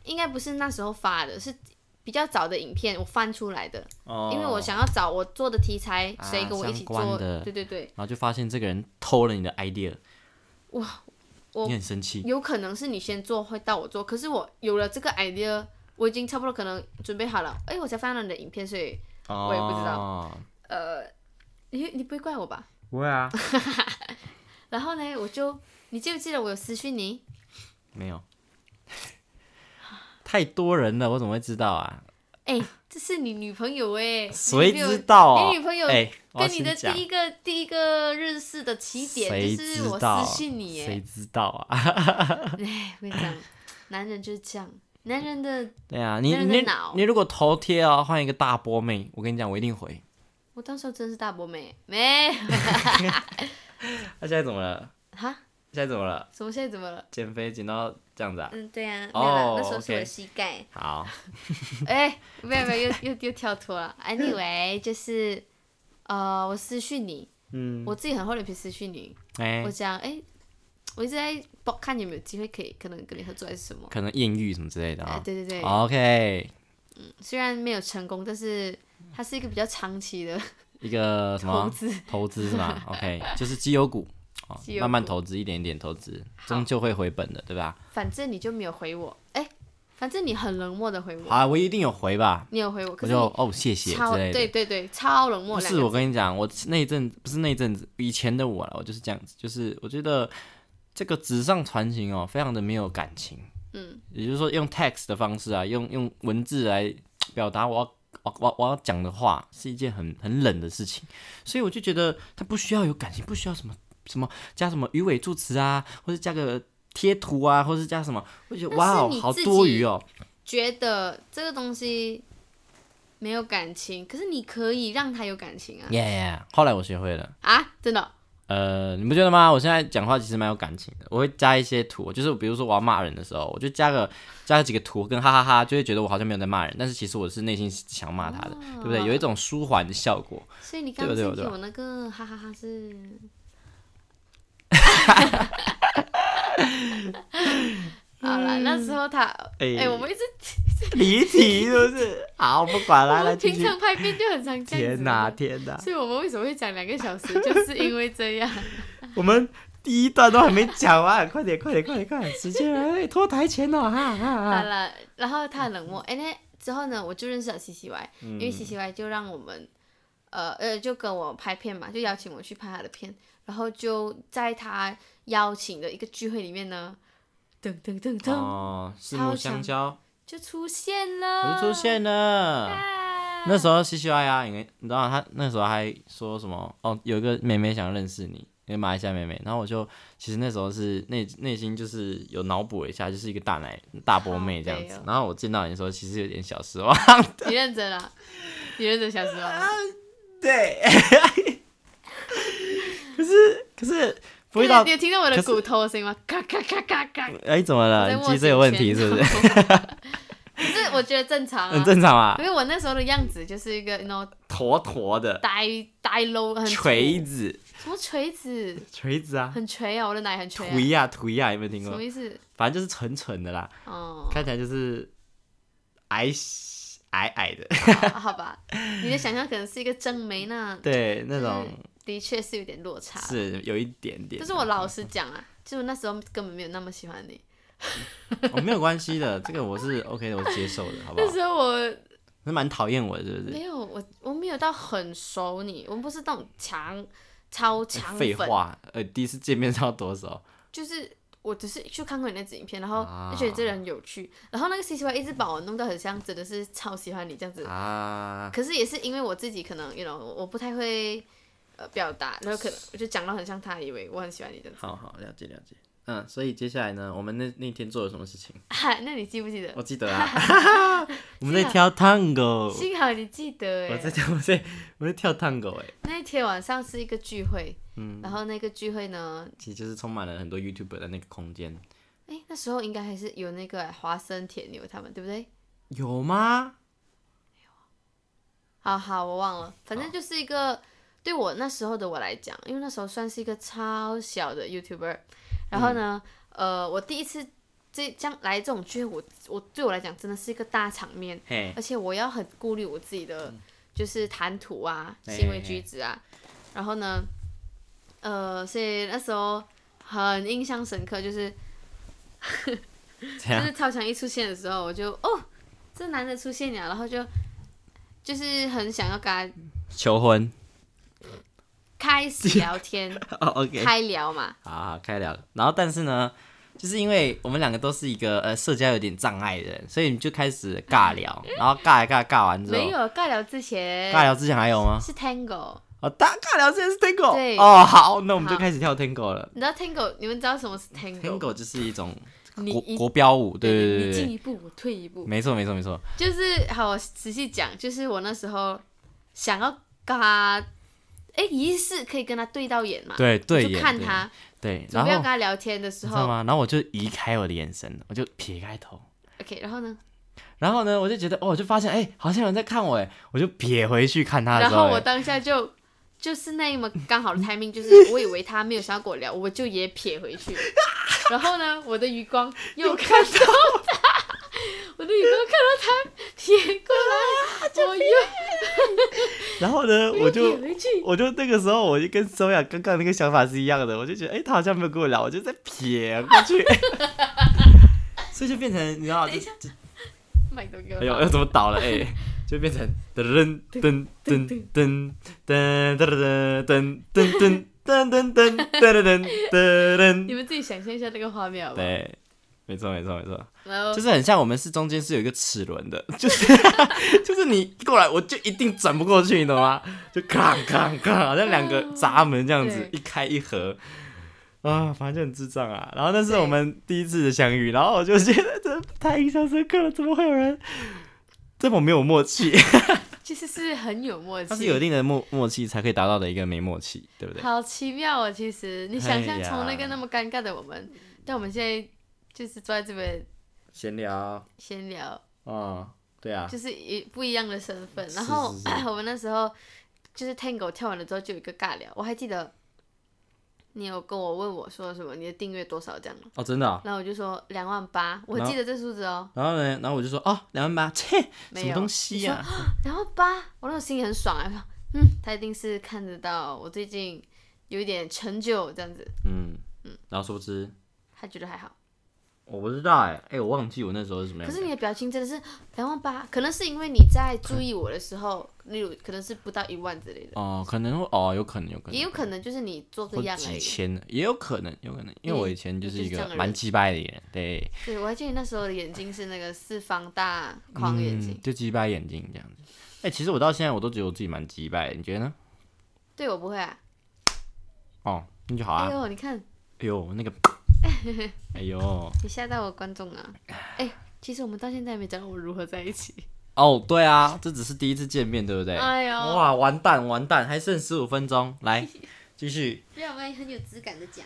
[SPEAKER 1] 应该不是那时候发的，是比较早的影片我翻出来的，
[SPEAKER 2] 哦，
[SPEAKER 1] 因为我，想要找我做的题材，
[SPEAKER 2] 啊
[SPEAKER 1] 谁跟我一起
[SPEAKER 2] 相
[SPEAKER 1] 做
[SPEAKER 2] 关的，
[SPEAKER 1] 对对对，
[SPEAKER 2] 然后就发现这个人偷了你的 idea，
[SPEAKER 1] 我
[SPEAKER 2] 你很生气，
[SPEAKER 1] 有可能是你先做，会到我做。可是我有了这个 idea，我已经差不多可能准备好了。哎，我才翻到你的影片，所以
[SPEAKER 2] 我
[SPEAKER 1] 我也不知
[SPEAKER 2] 道，
[SPEAKER 1] 呃，你你不会怪我吧？
[SPEAKER 2] 不会啊，
[SPEAKER 1] 然后呢，我就你记不记得我有私讯你？
[SPEAKER 2] 没有，太多人了，我怎么会知道啊？
[SPEAKER 1] 哎，这是你女朋友哎，
[SPEAKER 2] 谁
[SPEAKER 1] 你女朋
[SPEAKER 2] 知
[SPEAKER 1] 友
[SPEAKER 2] 道啊？
[SPEAKER 1] 你女朋友
[SPEAKER 2] 哎，我要
[SPEAKER 1] 跟你的
[SPEAKER 2] 先讲
[SPEAKER 1] 第一个第一个认识的起点
[SPEAKER 2] 谁
[SPEAKER 1] 就是
[SPEAKER 2] 知
[SPEAKER 1] 我
[SPEAKER 2] 道？
[SPEAKER 1] 私讯你
[SPEAKER 2] 谁
[SPEAKER 1] 哎，
[SPEAKER 2] 知道啊？
[SPEAKER 1] 哎，我跟你讲，男人就是这样，男人的
[SPEAKER 2] 对啊，你
[SPEAKER 1] 那人的
[SPEAKER 2] 你
[SPEAKER 1] 脑
[SPEAKER 2] 你如果头贴啊，换一个大波妹，我跟你讲，我一定回。
[SPEAKER 1] 我当时候真是大波妹没
[SPEAKER 2] 那现在怎么了？
[SPEAKER 1] 哈，
[SPEAKER 2] 现在怎么了？
[SPEAKER 1] 什么现在怎么了？
[SPEAKER 2] 减肥减到这样子啊？
[SPEAKER 1] 嗯，对呀、啊，没
[SPEAKER 2] 哦
[SPEAKER 1] 有啦那时候是我
[SPEAKER 2] OK
[SPEAKER 1] 的膝盖。
[SPEAKER 2] 好，
[SPEAKER 1] 哎、没有没有，又又又跳脱 了。Anyway，就是呃，我私讯你，
[SPEAKER 2] 嗯，
[SPEAKER 1] 我自己很厚脸皮私讯你，
[SPEAKER 2] 哎
[SPEAKER 1] 我，讲哎、我一直在包看有没有机会可以可能跟你合作还是什么。
[SPEAKER 2] 可能艳遇什么之类的
[SPEAKER 1] 哎、
[SPEAKER 2] 啊。
[SPEAKER 1] 对对对
[SPEAKER 2] OK，
[SPEAKER 1] 虽然没有成功，但是它是一个比较长期的
[SPEAKER 2] 一个什么
[SPEAKER 1] 投资。
[SPEAKER 2] 投资是吗？OK，就是绩优股哦
[SPEAKER 1] 绩，优
[SPEAKER 2] 慢慢
[SPEAKER 1] 股
[SPEAKER 2] 投资，一点一点投资，
[SPEAKER 1] 好
[SPEAKER 2] 终究会回本的，对吧？
[SPEAKER 1] 反正你就没有回我，哎、反正你很冷漠的回我，
[SPEAKER 2] 啊，我一定有回吧？
[SPEAKER 1] 你有回我，可
[SPEAKER 2] 我
[SPEAKER 1] 是
[SPEAKER 2] 就
[SPEAKER 1] 你
[SPEAKER 2] 哦，谢谢
[SPEAKER 1] 超
[SPEAKER 2] 之类的
[SPEAKER 1] 对。对对，超冷漠。
[SPEAKER 2] 不
[SPEAKER 1] 两
[SPEAKER 2] 是，
[SPEAKER 1] 个
[SPEAKER 2] 我跟你讲，我那一阵不是那一阵子，以前的我了，我就是这样子，就是我觉得这个纸上谈情哦，非常的没有感情。嗯，也就是说，用 text 的方式啊，用用文字来表达我要我我我要讲的话，是一件很很冷的事情，所以我就觉得它不需要有感情，不需要什么什么加什么鱼尾助词啊，或者加个贴图啊，或者加什么，我就觉得哇
[SPEAKER 1] 那是
[SPEAKER 2] 哦，
[SPEAKER 1] 你
[SPEAKER 2] 好
[SPEAKER 1] 自
[SPEAKER 2] 多
[SPEAKER 1] 己啊
[SPEAKER 2] 余哦。
[SPEAKER 1] 觉得这个东西没有感情，可是你可以让他有感情啊
[SPEAKER 2] Yeah，后来我学会了。
[SPEAKER 1] 啊！真的哦，
[SPEAKER 2] 呃，你不觉得吗？我现在讲话其实蛮有感情的，我会加一些图，就是比如说我要骂人的时候，我就加个加几个图跟哈哈哈，就会觉得我好像没有在骂人，但是其实我是内心想骂他的，对不对？有一种舒缓的效果。
[SPEAKER 1] 所以你刚
[SPEAKER 2] 对
[SPEAKER 1] 刚
[SPEAKER 2] 吧对吧
[SPEAKER 1] 是给
[SPEAKER 2] 啊对吧
[SPEAKER 1] 我那个哈哈哈 是，好啦，那时候他
[SPEAKER 2] 哎
[SPEAKER 1] 哎、我们一直
[SPEAKER 2] 离题是不是？好，不管
[SPEAKER 1] 我
[SPEAKER 2] 啦，来
[SPEAKER 1] 们
[SPEAKER 2] 继
[SPEAKER 1] 平
[SPEAKER 2] 续。
[SPEAKER 1] 常拍片就很常这样
[SPEAKER 2] 天
[SPEAKER 1] 子
[SPEAKER 2] 哪，
[SPEAKER 1] 的，
[SPEAKER 2] 天哪！
[SPEAKER 1] 所以我们为什么会讲两个小时，就是因为这样。
[SPEAKER 2] 我们第一段都还没讲完，快点，快点，快点，快点，时间哎拖台前哦，哈哈
[SPEAKER 1] 好
[SPEAKER 2] 哈。
[SPEAKER 1] 了，然后他很冷漠。哎、那之后呢，我就认识了 C C Y，、因
[SPEAKER 2] 嗯
[SPEAKER 1] 为 C C Y 就让我们，呃呃，就跟我拍片嘛，就邀请我去拍他的片，然后就在他邀请的一个聚会里面呢，噔噔噔噔，
[SPEAKER 2] 哦，四
[SPEAKER 1] 超
[SPEAKER 2] 目
[SPEAKER 1] 强
[SPEAKER 2] 相交，
[SPEAKER 1] 就出现了，
[SPEAKER 2] 我就出现了。
[SPEAKER 1] 啊
[SPEAKER 2] 那时候嘻嘻歪呀，你你知道他那时候还说什么？哦，有一个妹妹想认识你，因为马来西亚妹妹。然后我就其实那时候是内内心就是有脑补一下，就是一个大奶大波妹这样子
[SPEAKER 1] 靠。背哦
[SPEAKER 2] 然后我见到你的时候，其实有点小失望。
[SPEAKER 1] 你认真啊，你认真想死了。
[SPEAKER 2] 对，可是可是 不会
[SPEAKER 1] 你
[SPEAKER 2] 到
[SPEAKER 1] 有听到我
[SPEAKER 2] 可
[SPEAKER 1] 的
[SPEAKER 2] 是
[SPEAKER 1] 骨头声音吗？咔咔咔咔咔。
[SPEAKER 2] 哎怎么了？你
[SPEAKER 1] 我
[SPEAKER 2] 脊
[SPEAKER 1] 在
[SPEAKER 2] 椎有问题是 不是？
[SPEAKER 1] 是？可是我觉得正常
[SPEAKER 2] 很
[SPEAKER 1] 啊，
[SPEAKER 2] 正常 啊
[SPEAKER 1] 因，为我那时候的样子就是一个 you know
[SPEAKER 2] 坨坨的
[SPEAKER 1] 呆呆 low 很粗
[SPEAKER 2] 锤子
[SPEAKER 1] 什么锤子，
[SPEAKER 2] 锤子啊，
[SPEAKER 1] 很锤啊，我的奶很锤、啊，
[SPEAKER 2] 涂呀涂呀，有没有听
[SPEAKER 1] 什
[SPEAKER 2] 过
[SPEAKER 1] 么？意思？
[SPEAKER 2] 反正就是蠢蠢的啦。
[SPEAKER 1] 哦，
[SPEAKER 2] 看起来就是矮矮矮的，
[SPEAKER 1] 好好吧，你的想象可能是一个正妹那，
[SPEAKER 2] 对，那种
[SPEAKER 1] 的确是有点落差。
[SPEAKER 2] 是有一点点
[SPEAKER 1] 但，嗯是我老实讲啊，就是那时候根本没有那么喜欢你。
[SPEAKER 2] 哦，没有关系的，这个我是 OK 的，我接受的，好不
[SPEAKER 1] 那
[SPEAKER 2] 好？
[SPEAKER 1] 时候我
[SPEAKER 2] 是蛮讨厌我的，是不是？
[SPEAKER 1] 没有，我我没有到很熟你，我们不是那种强超强
[SPEAKER 2] 废
[SPEAKER 1] 粉，
[SPEAKER 2] 话，呃，第一次见面要多少？
[SPEAKER 1] 就是我只是去看过你那支影片，然后
[SPEAKER 2] 啊
[SPEAKER 1] 就觉得这个人很有趣，然后那个 C C Y 一直把我弄到很像真的是超喜欢你这样子，
[SPEAKER 2] 啊，
[SPEAKER 1] 可是也是因为我自己可能，you know，我不太会呃表达，然后可能我就讲到很像他，以为我很喜欢你这样 子。
[SPEAKER 2] 好好了解了解，嗯，所以接下来呢，我们那那天做了什么事情？
[SPEAKER 1] 嗨，那你记不记得？
[SPEAKER 2] 我记得啊， 我们在
[SPEAKER 1] 啊
[SPEAKER 2] 跳探戈，
[SPEAKER 1] 幸好你记得
[SPEAKER 2] 我在
[SPEAKER 1] 哎。
[SPEAKER 2] 跳，我在我在跳探戈，哎，
[SPEAKER 1] 那一天晚上是一个聚会，
[SPEAKER 2] 嗯
[SPEAKER 1] 然后那个聚会呢，
[SPEAKER 2] 其实就是充满了很多 YouTuber 的那个空间，
[SPEAKER 1] 哎，那时候应该还是有那个华生、铁牛他们，对不对？
[SPEAKER 2] 有吗？
[SPEAKER 1] 好好，我忘了，反正就是一个对我那时候的我来讲，因为那时候算是一个超小的 YouTuber，然后呢，
[SPEAKER 2] 嗯
[SPEAKER 1] 呃，我第一次这这样来这种聚会，我我对我来讲真的是一个大场面，
[SPEAKER 2] 嘿，
[SPEAKER 1] 而且我要很顾虑我自己的就是谈吐啊、
[SPEAKER 2] 嗯嘿
[SPEAKER 1] 行为举止啊，然后呢，呃，所以那时候很印象深刻， 就是
[SPEAKER 2] 这
[SPEAKER 1] 就
[SPEAKER 2] 样
[SPEAKER 1] 是超强一出现的时候，我就哦，这男的出现了，然后就就是很想要跟他。
[SPEAKER 2] 求婚。
[SPEAKER 1] 开始聊 天，
[SPEAKER 2] 哦，OK，
[SPEAKER 1] 开聊嘛，
[SPEAKER 2] 好好开聊了。然后但是呢，就是因为我们两个都是一个呃社交有点障碍的人，所以你就开始尬聊，然后尬一尬尬完之后
[SPEAKER 1] 没，有尬聊之前
[SPEAKER 2] 哦尬聊之前还有吗？
[SPEAKER 1] 是 Tango，
[SPEAKER 2] 哦，大尬聊之前是 Tango，
[SPEAKER 1] 对
[SPEAKER 2] 哦，好，那我们就
[SPEAKER 1] 好
[SPEAKER 2] 开始跳 Tango 了。
[SPEAKER 1] 你知道 Tango，你们知道什么是 Tango？
[SPEAKER 2] Tango 就是一种
[SPEAKER 1] 你
[SPEAKER 2] 国
[SPEAKER 1] 一
[SPEAKER 2] 国标舞，对
[SPEAKER 1] 对
[SPEAKER 2] 对
[SPEAKER 1] 你
[SPEAKER 2] 对
[SPEAKER 1] 进
[SPEAKER 2] 对，
[SPEAKER 1] 一步，我退一步，
[SPEAKER 2] 没错没错没错，
[SPEAKER 1] 就是好，我仔细讲，就是我那时候想要跟他，哎，疑似可以跟他对到眼嘛，
[SPEAKER 2] 对对
[SPEAKER 1] 我就
[SPEAKER 2] 眼
[SPEAKER 1] 看
[SPEAKER 2] 对
[SPEAKER 1] 他，
[SPEAKER 2] 对，
[SPEAKER 1] 准
[SPEAKER 2] 然
[SPEAKER 1] 备要跟
[SPEAKER 2] 后
[SPEAKER 1] 他聊天的时
[SPEAKER 2] 你知道
[SPEAKER 1] 候
[SPEAKER 2] 吗？然后我就移开我的眼神，我就撇开头。
[SPEAKER 1] ，OK，然后呢，
[SPEAKER 2] 然后呢，我就觉得，哦，我就发现，哎、好像有人在看我，哎，我就撇回去看他的
[SPEAKER 1] 然
[SPEAKER 2] 时候，
[SPEAKER 1] 后
[SPEAKER 2] 哎
[SPEAKER 1] 我当下就。就是那么刚好的 timing，就是 我以为他没有想要跟我聊，我就也撇回 去。然后呢，我的余光又看到我的眼光看到他撇过来，我又
[SPEAKER 2] 然后呢，我就
[SPEAKER 1] 又啊撇回去，
[SPEAKER 2] 我就那个时候，我就跟周雅刚刚那个想法是一样的，我就觉得，哎、他好像没有跟我聊，我就再撇过去，所以就变成你知道，就就
[SPEAKER 1] 麦都给
[SPEAKER 2] 哎呦，
[SPEAKER 1] 我
[SPEAKER 2] 要怎么倒了？哎、就变成噔噔噔噔噔噔噔噔噔噔噔噔噔噔噔噔噔
[SPEAKER 1] 你
[SPEAKER 2] 噔，
[SPEAKER 1] 们自己想象一下那个画面好不好？
[SPEAKER 2] 对，没错没错没错，
[SPEAKER 1] 然后
[SPEAKER 2] 就是很像我们是中间是有一个齿轮的，就是 就是你过来，我就一定转不过去，你懂吗？就咔咔咔，好像两个闸门这样子，一
[SPEAKER 1] 嗯对
[SPEAKER 2] 开一合。啊，反正就很智障啊！然后那是
[SPEAKER 1] 对
[SPEAKER 2] 我们第一次的相遇，然后我就觉得这太印象深刻了，怎么会有人这么没有 默契？
[SPEAKER 1] 其实是很有默
[SPEAKER 2] 它是有一
[SPEAKER 1] 契，
[SPEAKER 2] 定的默默契才可以达到的一个没默契，对不对？
[SPEAKER 1] 好奇妙哦！其实你想
[SPEAKER 2] 哎
[SPEAKER 1] 象
[SPEAKER 2] 呀
[SPEAKER 1] 从那个那么尴尬的我们，但我们现在就是坐在这边
[SPEAKER 2] 闲聊啊、
[SPEAKER 1] 闲聊，
[SPEAKER 2] 对啊，
[SPEAKER 1] 就是一不一样的身份。
[SPEAKER 2] 是
[SPEAKER 1] 然后
[SPEAKER 2] 是是
[SPEAKER 1] 我们那时候就是 Tango 跳完了之后就有一个尬聊，我还记得你有跟我问我说什么你的订阅多少这样吗，
[SPEAKER 2] 哦，真的、哦。
[SPEAKER 1] 然后我就说两万八，我
[SPEAKER 2] 然后
[SPEAKER 1] 记得这数字哦。
[SPEAKER 2] 然后呢，然后我就说，哦，两万八，切，什
[SPEAKER 1] 没
[SPEAKER 2] 么
[SPEAKER 1] 有
[SPEAKER 2] 东西呀、
[SPEAKER 1] 然后吧，我那时候心里很爽啊，我想嗯，他一定是看得到我最近有一点成就这样子。
[SPEAKER 2] 嗯，然后殊不知
[SPEAKER 1] 他觉得还好。
[SPEAKER 2] 我不知道哎、欸，哎、我忘记我那时候是什么
[SPEAKER 1] 可
[SPEAKER 2] 样的
[SPEAKER 1] 是
[SPEAKER 2] 感觉。
[SPEAKER 1] 你的表情真的是两万八，可能是因为你在注意我的时候，例如可能是不到一万之类的，
[SPEAKER 2] 哦、可能会哦，有可能有可能，
[SPEAKER 1] 也有可能就是你做这
[SPEAKER 2] 或
[SPEAKER 1] 样而
[SPEAKER 2] 几
[SPEAKER 1] 已。
[SPEAKER 2] 千的，也有可能，有可能，因为我以前就是
[SPEAKER 1] 你
[SPEAKER 2] 一
[SPEAKER 1] 就是这样的
[SPEAKER 2] 个
[SPEAKER 1] 人
[SPEAKER 2] 蛮鸡掰的人，对，
[SPEAKER 1] 对，我还记得你那时候的眼睛是那个四方大框眼睛。
[SPEAKER 2] 嗯、就鸡掰眼睛这样子。哎、其实我到现在我都觉得我自己蛮鸡掰的，你觉得呢？
[SPEAKER 1] 对我不会啊。
[SPEAKER 2] 哦，那就好啊
[SPEAKER 1] 哎。呦，你看
[SPEAKER 2] 哎呦， 那个，哎呦，
[SPEAKER 1] 你吓到我观众啊！哎，其实我们到现在还没讲我们如何在一起。
[SPEAKER 2] 哦，对啊，这只是第一次见面，对不对？
[SPEAKER 1] 哎呦
[SPEAKER 2] 哇，完蛋完蛋，还剩十五分钟，来继续。
[SPEAKER 1] 对，我们很有质感的讲。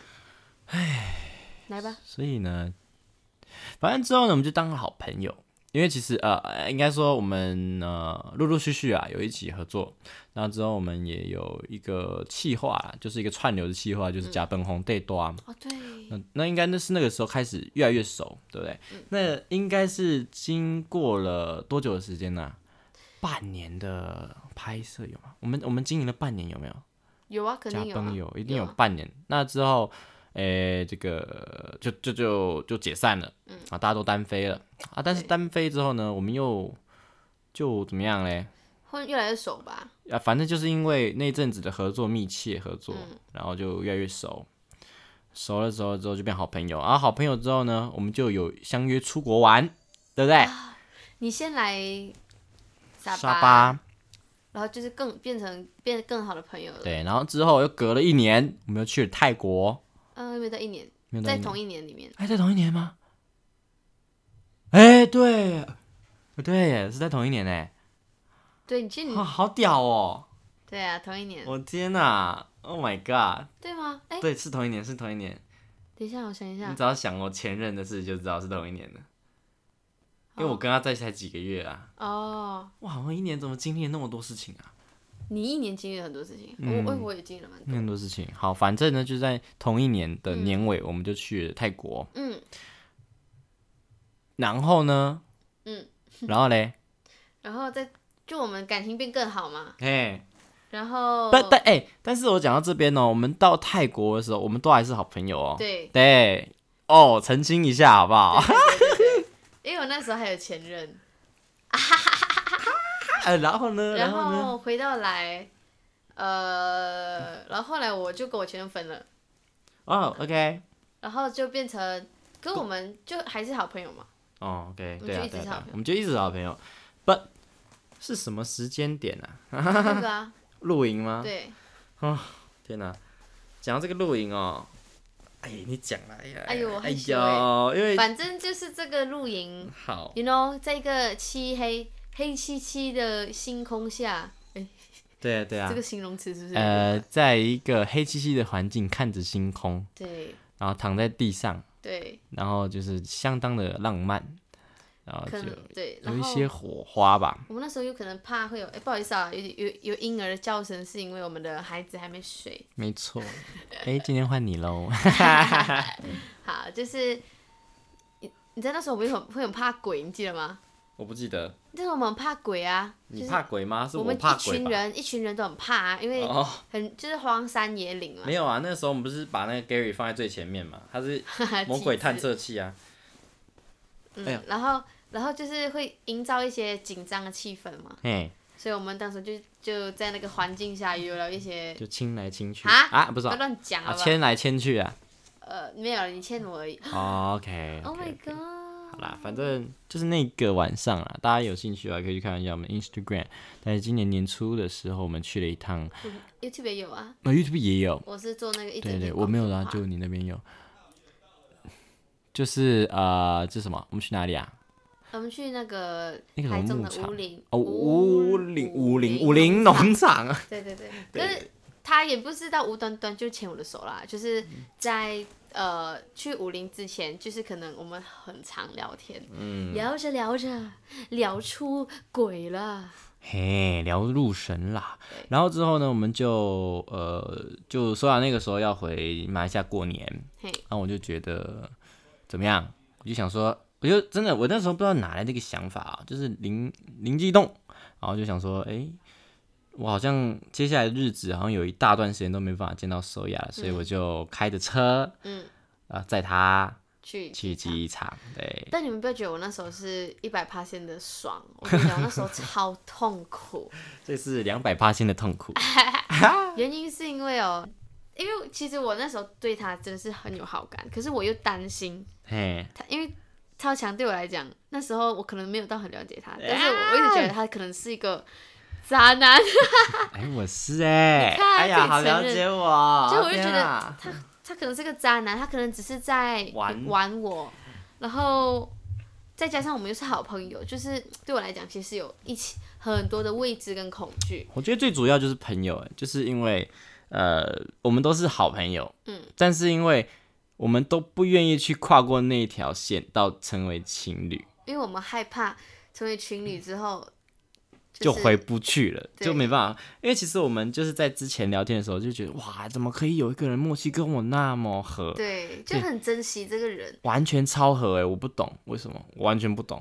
[SPEAKER 1] 来吧，
[SPEAKER 2] 所以呢，反正之后呢，我们就当了好朋友。因为其实呃，呃应该说我们呃陆陆续续啊有一起合作，那之后我们也有一个企划啦，就是一个串流的企划，就是假本红对多啊嘛。
[SPEAKER 1] 哦对，
[SPEAKER 2] 嗯，那应该那是那个时候开始越来越熟，对不对？那应该是经过了多久的时间呢、半年的拍摄有吗？我们我们经营了半年有没有？
[SPEAKER 1] 有啊，肯
[SPEAKER 2] 加
[SPEAKER 1] 定有、啊
[SPEAKER 2] 崩，有，一定有
[SPEAKER 1] 啊
[SPEAKER 2] 半年。那之后，诶、这个就就就就解散了，啊，大家都单飞了啊。但
[SPEAKER 1] 嗯
[SPEAKER 2] 是
[SPEAKER 1] 对
[SPEAKER 2] 单飞之后呢，我们又就怎么样嘞？
[SPEAKER 1] 会越来越熟吧？
[SPEAKER 2] 啊，反正就是因为那阵子的合作密切合作，
[SPEAKER 1] 嗯
[SPEAKER 2] 然后就越来越熟，熟了之后之后就变好朋友，然后好朋友之后呢，我们就有相约出国玩，对不对？
[SPEAKER 1] 啊你先来沙
[SPEAKER 2] 沙
[SPEAKER 1] 巴
[SPEAKER 2] 巴，
[SPEAKER 1] 然后就是更变成变得更好的朋友了。
[SPEAKER 2] 对，然后之后又隔了一年，我们又去了泰国，
[SPEAKER 1] 嗯、呃，没有到一年，
[SPEAKER 2] 没有到
[SPEAKER 1] 在
[SPEAKER 2] 一年
[SPEAKER 1] 同一年里面，
[SPEAKER 2] 哎，在同一年吗？哎，对，不对耶，是在同一年哎，
[SPEAKER 1] 对，你其实你、
[SPEAKER 2] 哇、好屌哦！
[SPEAKER 1] 对啊，同一年，
[SPEAKER 2] 我天哪，Oh my god！
[SPEAKER 1] 对吗？哎，嗯
[SPEAKER 2] 对，是同一年，是同一年。
[SPEAKER 1] 等一下，我想一
[SPEAKER 2] 你
[SPEAKER 1] 下，
[SPEAKER 2] 只要想我前任的事，就知道是同一年的。因为我跟他在一起才几个月啊，
[SPEAKER 1] 哦，
[SPEAKER 2] 哇，我一年怎么经历了那么多事情啊？
[SPEAKER 1] 你一年经历了很多事情，
[SPEAKER 2] 嗯
[SPEAKER 1] 我我我也经历了蛮多，
[SPEAKER 2] 那么多事情，好，反正呢，就在同一年的年尾，我们就去了泰国，
[SPEAKER 1] 嗯，
[SPEAKER 2] 然后呢，
[SPEAKER 1] 嗯，
[SPEAKER 2] 然后嘞，
[SPEAKER 1] 然后再就我们感情变更好嘛，
[SPEAKER 2] 哎，
[SPEAKER 1] 然后
[SPEAKER 2] 但但哎，但是我讲到这边呢，我们到泰国的时候，我们都还是好朋友哦，
[SPEAKER 1] 对
[SPEAKER 2] 对，哦，澄清一下好不好？
[SPEAKER 1] 对对对 对因为我那时候还有前任，
[SPEAKER 2] 哎，然后呢，
[SPEAKER 1] 然
[SPEAKER 2] 后呢，
[SPEAKER 1] 后回到来，呃，然后后来我就跟我前任分了，
[SPEAKER 2] 哦，OK，
[SPEAKER 1] 然后就变成跟我们就还是好朋友 嘛，
[SPEAKER 2] 哦，OK，
[SPEAKER 1] 我们
[SPEAKER 2] 对啊
[SPEAKER 1] 就一，直
[SPEAKER 2] 对啊
[SPEAKER 1] 是
[SPEAKER 2] 对
[SPEAKER 1] 好
[SPEAKER 2] 啊
[SPEAKER 1] 朋，友
[SPEAKER 2] 我们就一直好朋友，But 是什么时间点啊？
[SPEAKER 1] 那个啊，
[SPEAKER 2] 露营吗？
[SPEAKER 1] 对，
[SPEAKER 2] 天哪、讲到这个露营哦，哎，你讲啦，哎呀，
[SPEAKER 1] 哎呦我
[SPEAKER 2] 哎
[SPEAKER 1] 害羞
[SPEAKER 2] 呦，因为
[SPEAKER 1] 反正就是这个露营
[SPEAKER 2] 好，
[SPEAKER 1] ，you know，在一个漆黑黑漆漆的星空下，
[SPEAKER 2] 对啊，对啊
[SPEAKER 1] 这个，形容词是不是？
[SPEAKER 2] 呃，在一个黑漆漆的环境，看着星空，
[SPEAKER 1] 对
[SPEAKER 2] 然后躺在地上，
[SPEAKER 1] 对，
[SPEAKER 2] 然后就是相当的浪漫，然后
[SPEAKER 1] 可
[SPEAKER 2] 就
[SPEAKER 1] 能对，
[SPEAKER 2] 有
[SPEAKER 1] 然
[SPEAKER 2] 一
[SPEAKER 1] 后
[SPEAKER 2] 些火花吧。
[SPEAKER 1] 我们那时候有可能怕会有，哎，不好意思啊，有有有婴儿的叫声，是因为我们的孩子还没睡。
[SPEAKER 2] 没 错，哎，今天换你喽。
[SPEAKER 1] 好，就是你你知道那时候我们会很会很怕鬼，你记得吗？
[SPEAKER 2] 我不记得，
[SPEAKER 1] 那时候我们很怕鬼啊，就
[SPEAKER 2] 你
[SPEAKER 1] 是
[SPEAKER 2] 怕鬼吗？是
[SPEAKER 1] 们
[SPEAKER 2] 怕
[SPEAKER 1] 一
[SPEAKER 2] 鬼
[SPEAKER 1] 群
[SPEAKER 2] 吧？
[SPEAKER 1] 人一群人都很怕啊，因为
[SPEAKER 2] 哦，
[SPEAKER 1] 很就是荒山野岭嘛
[SPEAKER 2] 没，有啊，那时候我们不是把那个 Gary 放在最前面嘛，他是魔鬼探测器啊。哎呀
[SPEAKER 1] 嗯，然后然后就是会营造一些紧张的气氛嘛，
[SPEAKER 2] 嘿，
[SPEAKER 1] 所以我们当时就就在那个环境下有了一些
[SPEAKER 2] 就亲来亲去
[SPEAKER 1] 啊
[SPEAKER 2] 啊，不是
[SPEAKER 1] 不
[SPEAKER 2] 啊
[SPEAKER 1] 要乱讲
[SPEAKER 2] 啊，
[SPEAKER 1] 好不好？
[SPEAKER 2] 牵来牵 去啊。
[SPEAKER 1] 呃，没有，你欠我而已。
[SPEAKER 2] 哦 OK，,
[SPEAKER 1] Oh my god！
[SPEAKER 2] 好啦，反正就是那个晚上啦，大家有兴趣的话可以去看一下我们 Instagram。但是今年年初的时候，我们去了一趟，
[SPEAKER 1] YouTube 也有啊，
[SPEAKER 2] 那、YouTube 也有，
[SPEAKER 1] 我是做那个一整
[SPEAKER 2] 对对，
[SPEAKER 1] 天
[SPEAKER 2] 我没有啦
[SPEAKER 1] 广，告
[SPEAKER 2] 就你那边有。就是呃，这是什么？我们去哪里啊？
[SPEAKER 1] 我们去那个
[SPEAKER 2] 那个什么
[SPEAKER 1] 台中
[SPEAKER 2] 牧
[SPEAKER 1] 的
[SPEAKER 2] 场
[SPEAKER 1] 武林
[SPEAKER 2] 哦，武林武林武
[SPEAKER 1] 林
[SPEAKER 2] 林农场啊。
[SPEAKER 1] 对对对，
[SPEAKER 2] 对
[SPEAKER 1] 可是他也不知道无端端就牵我的手啦，就是在呃去武林之前，就是可能我们很常聊天，嗯，聊着聊着聊出鬼了，
[SPEAKER 2] 嘿，聊入神啦。然后之后呢，我们就呃，就说到那个时候要回马来西亚过年，
[SPEAKER 1] 嘿，
[SPEAKER 2] 然后我就觉得怎么样？我就想说，我就真的，我那时候不知道哪来的一个想法啊，就是灵灵机一动，然后就想说，诶，我好像接下来的日子好像有一大段时间都没办法见到手雅，所以我就开着车，
[SPEAKER 1] 嗯，
[SPEAKER 2] 啊，载他
[SPEAKER 1] 去
[SPEAKER 2] 去机场，对，
[SPEAKER 1] 但你们不要觉得我那时候是一百八仙的爽，我跟你讲，我那时候超痛苦。
[SPEAKER 2] 这是两百八星的痛
[SPEAKER 1] 啊
[SPEAKER 2] 苦。
[SPEAKER 1] 原因是因为哦，因为其实我那时候对他真的是很有好感，可是我又担心
[SPEAKER 2] 嘿，
[SPEAKER 1] 他，因为超强对我来讲，那时候我可能没有到很了解他，但是我一直觉得他可能是一个渣男，
[SPEAKER 2] 哎，我是哎、
[SPEAKER 1] 你看
[SPEAKER 2] 哎呀，好
[SPEAKER 1] 自己承
[SPEAKER 2] 了
[SPEAKER 1] 认
[SPEAKER 2] 解我，
[SPEAKER 1] 就我就
[SPEAKER 2] 天
[SPEAKER 1] 觉得
[SPEAKER 2] 啊
[SPEAKER 1] 他他可能是个渣男，他可能只是在
[SPEAKER 2] 玩
[SPEAKER 1] 玩我，然后再加上我们又是好朋友，就是对我来讲，其实有一起很多的未知跟恐惧，
[SPEAKER 2] 我觉得最主要就是朋友，哎，就是因为呃，我们都是好朋友，嗯，但是因为我们都不愿意去跨过那一条线，到成为情侣，
[SPEAKER 1] 因为我们害怕成为情侣之后。
[SPEAKER 2] 就是回不去了，
[SPEAKER 1] 对
[SPEAKER 2] 就没办法。因为其实我们就是在之前聊天的时候就觉得，哇，怎么可以有一个人默契跟我那么合，
[SPEAKER 1] 对，就很珍惜这个人。
[SPEAKER 2] 完全超合哎、我不懂为什么，我完全不懂，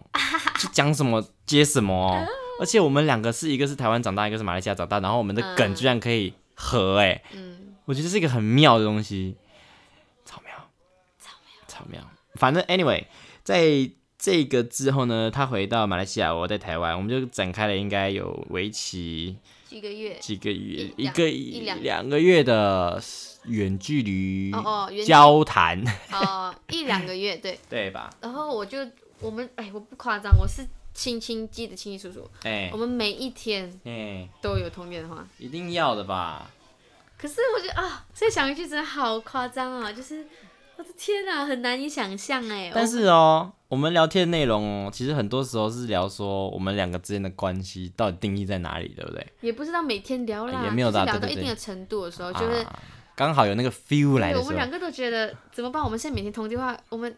[SPEAKER 2] 就讲什么接什么哦。而且我们两个是一个是台湾长大，一个是马来西亚长大，然后我们的梗居然可以合哎、
[SPEAKER 1] 嗯，
[SPEAKER 2] 我觉得这是一个很妙的东西，啊超妙，
[SPEAKER 1] 啊
[SPEAKER 2] 超妙，超妙。啊反正 anyway，在这个之后呢，他回到马来西亚，我在台湾，我们就展开了应该有为期
[SPEAKER 1] 几个月。
[SPEAKER 2] 几个月，
[SPEAKER 1] 一
[SPEAKER 2] 一个
[SPEAKER 1] 一两
[SPEAKER 2] 两个月的远距离
[SPEAKER 1] 哦哦，原
[SPEAKER 2] 交谈，
[SPEAKER 1] 呃一两个月对。
[SPEAKER 2] 对吧？
[SPEAKER 1] 然后我就我们哎，我不夸张，我是清清记得清清楚楚，
[SPEAKER 2] 哎、
[SPEAKER 1] 我们每一天
[SPEAKER 2] 哎、
[SPEAKER 1] 都有通电话。
[SPEAKER 2] 一定要的吧？
[SPEAKER 1] 可是我觉得啊，再想一句真的好夸张啊，就是我的天哪、很难以想象哎。
[SPEAKER 2] 但是哦，我们聊天的内容哦，其实很多时候是聊说我们两个之间的关系到底定义在哪里，对不对？
[SPEAKER 1] 我也不知道每天聊啦，
[SPEAKER 2] 哎也没有
[SPEAKER 1] 就是
[SPEAKER 2] 啦
[SPEAKER 1] 聊到
[SPEAKER 2] 对
[SPEAKER 1] 一
[SPEAKER 2] 对对
[SPEAKER 1] 定的程度的时候，哦就是
[SPEAKER 2] 啊刚好有那个 feel
[SPEAKER 1] 对
[SPEAKER 2] 来的
[SPEAKER 1] 我
[SPEAKER 2] 时
[SPEAKER 1] 们
[SPEAKER 2] 候，
[SPEAKER 1] 两个都觉得怎么办？我们现在每天通电话，我们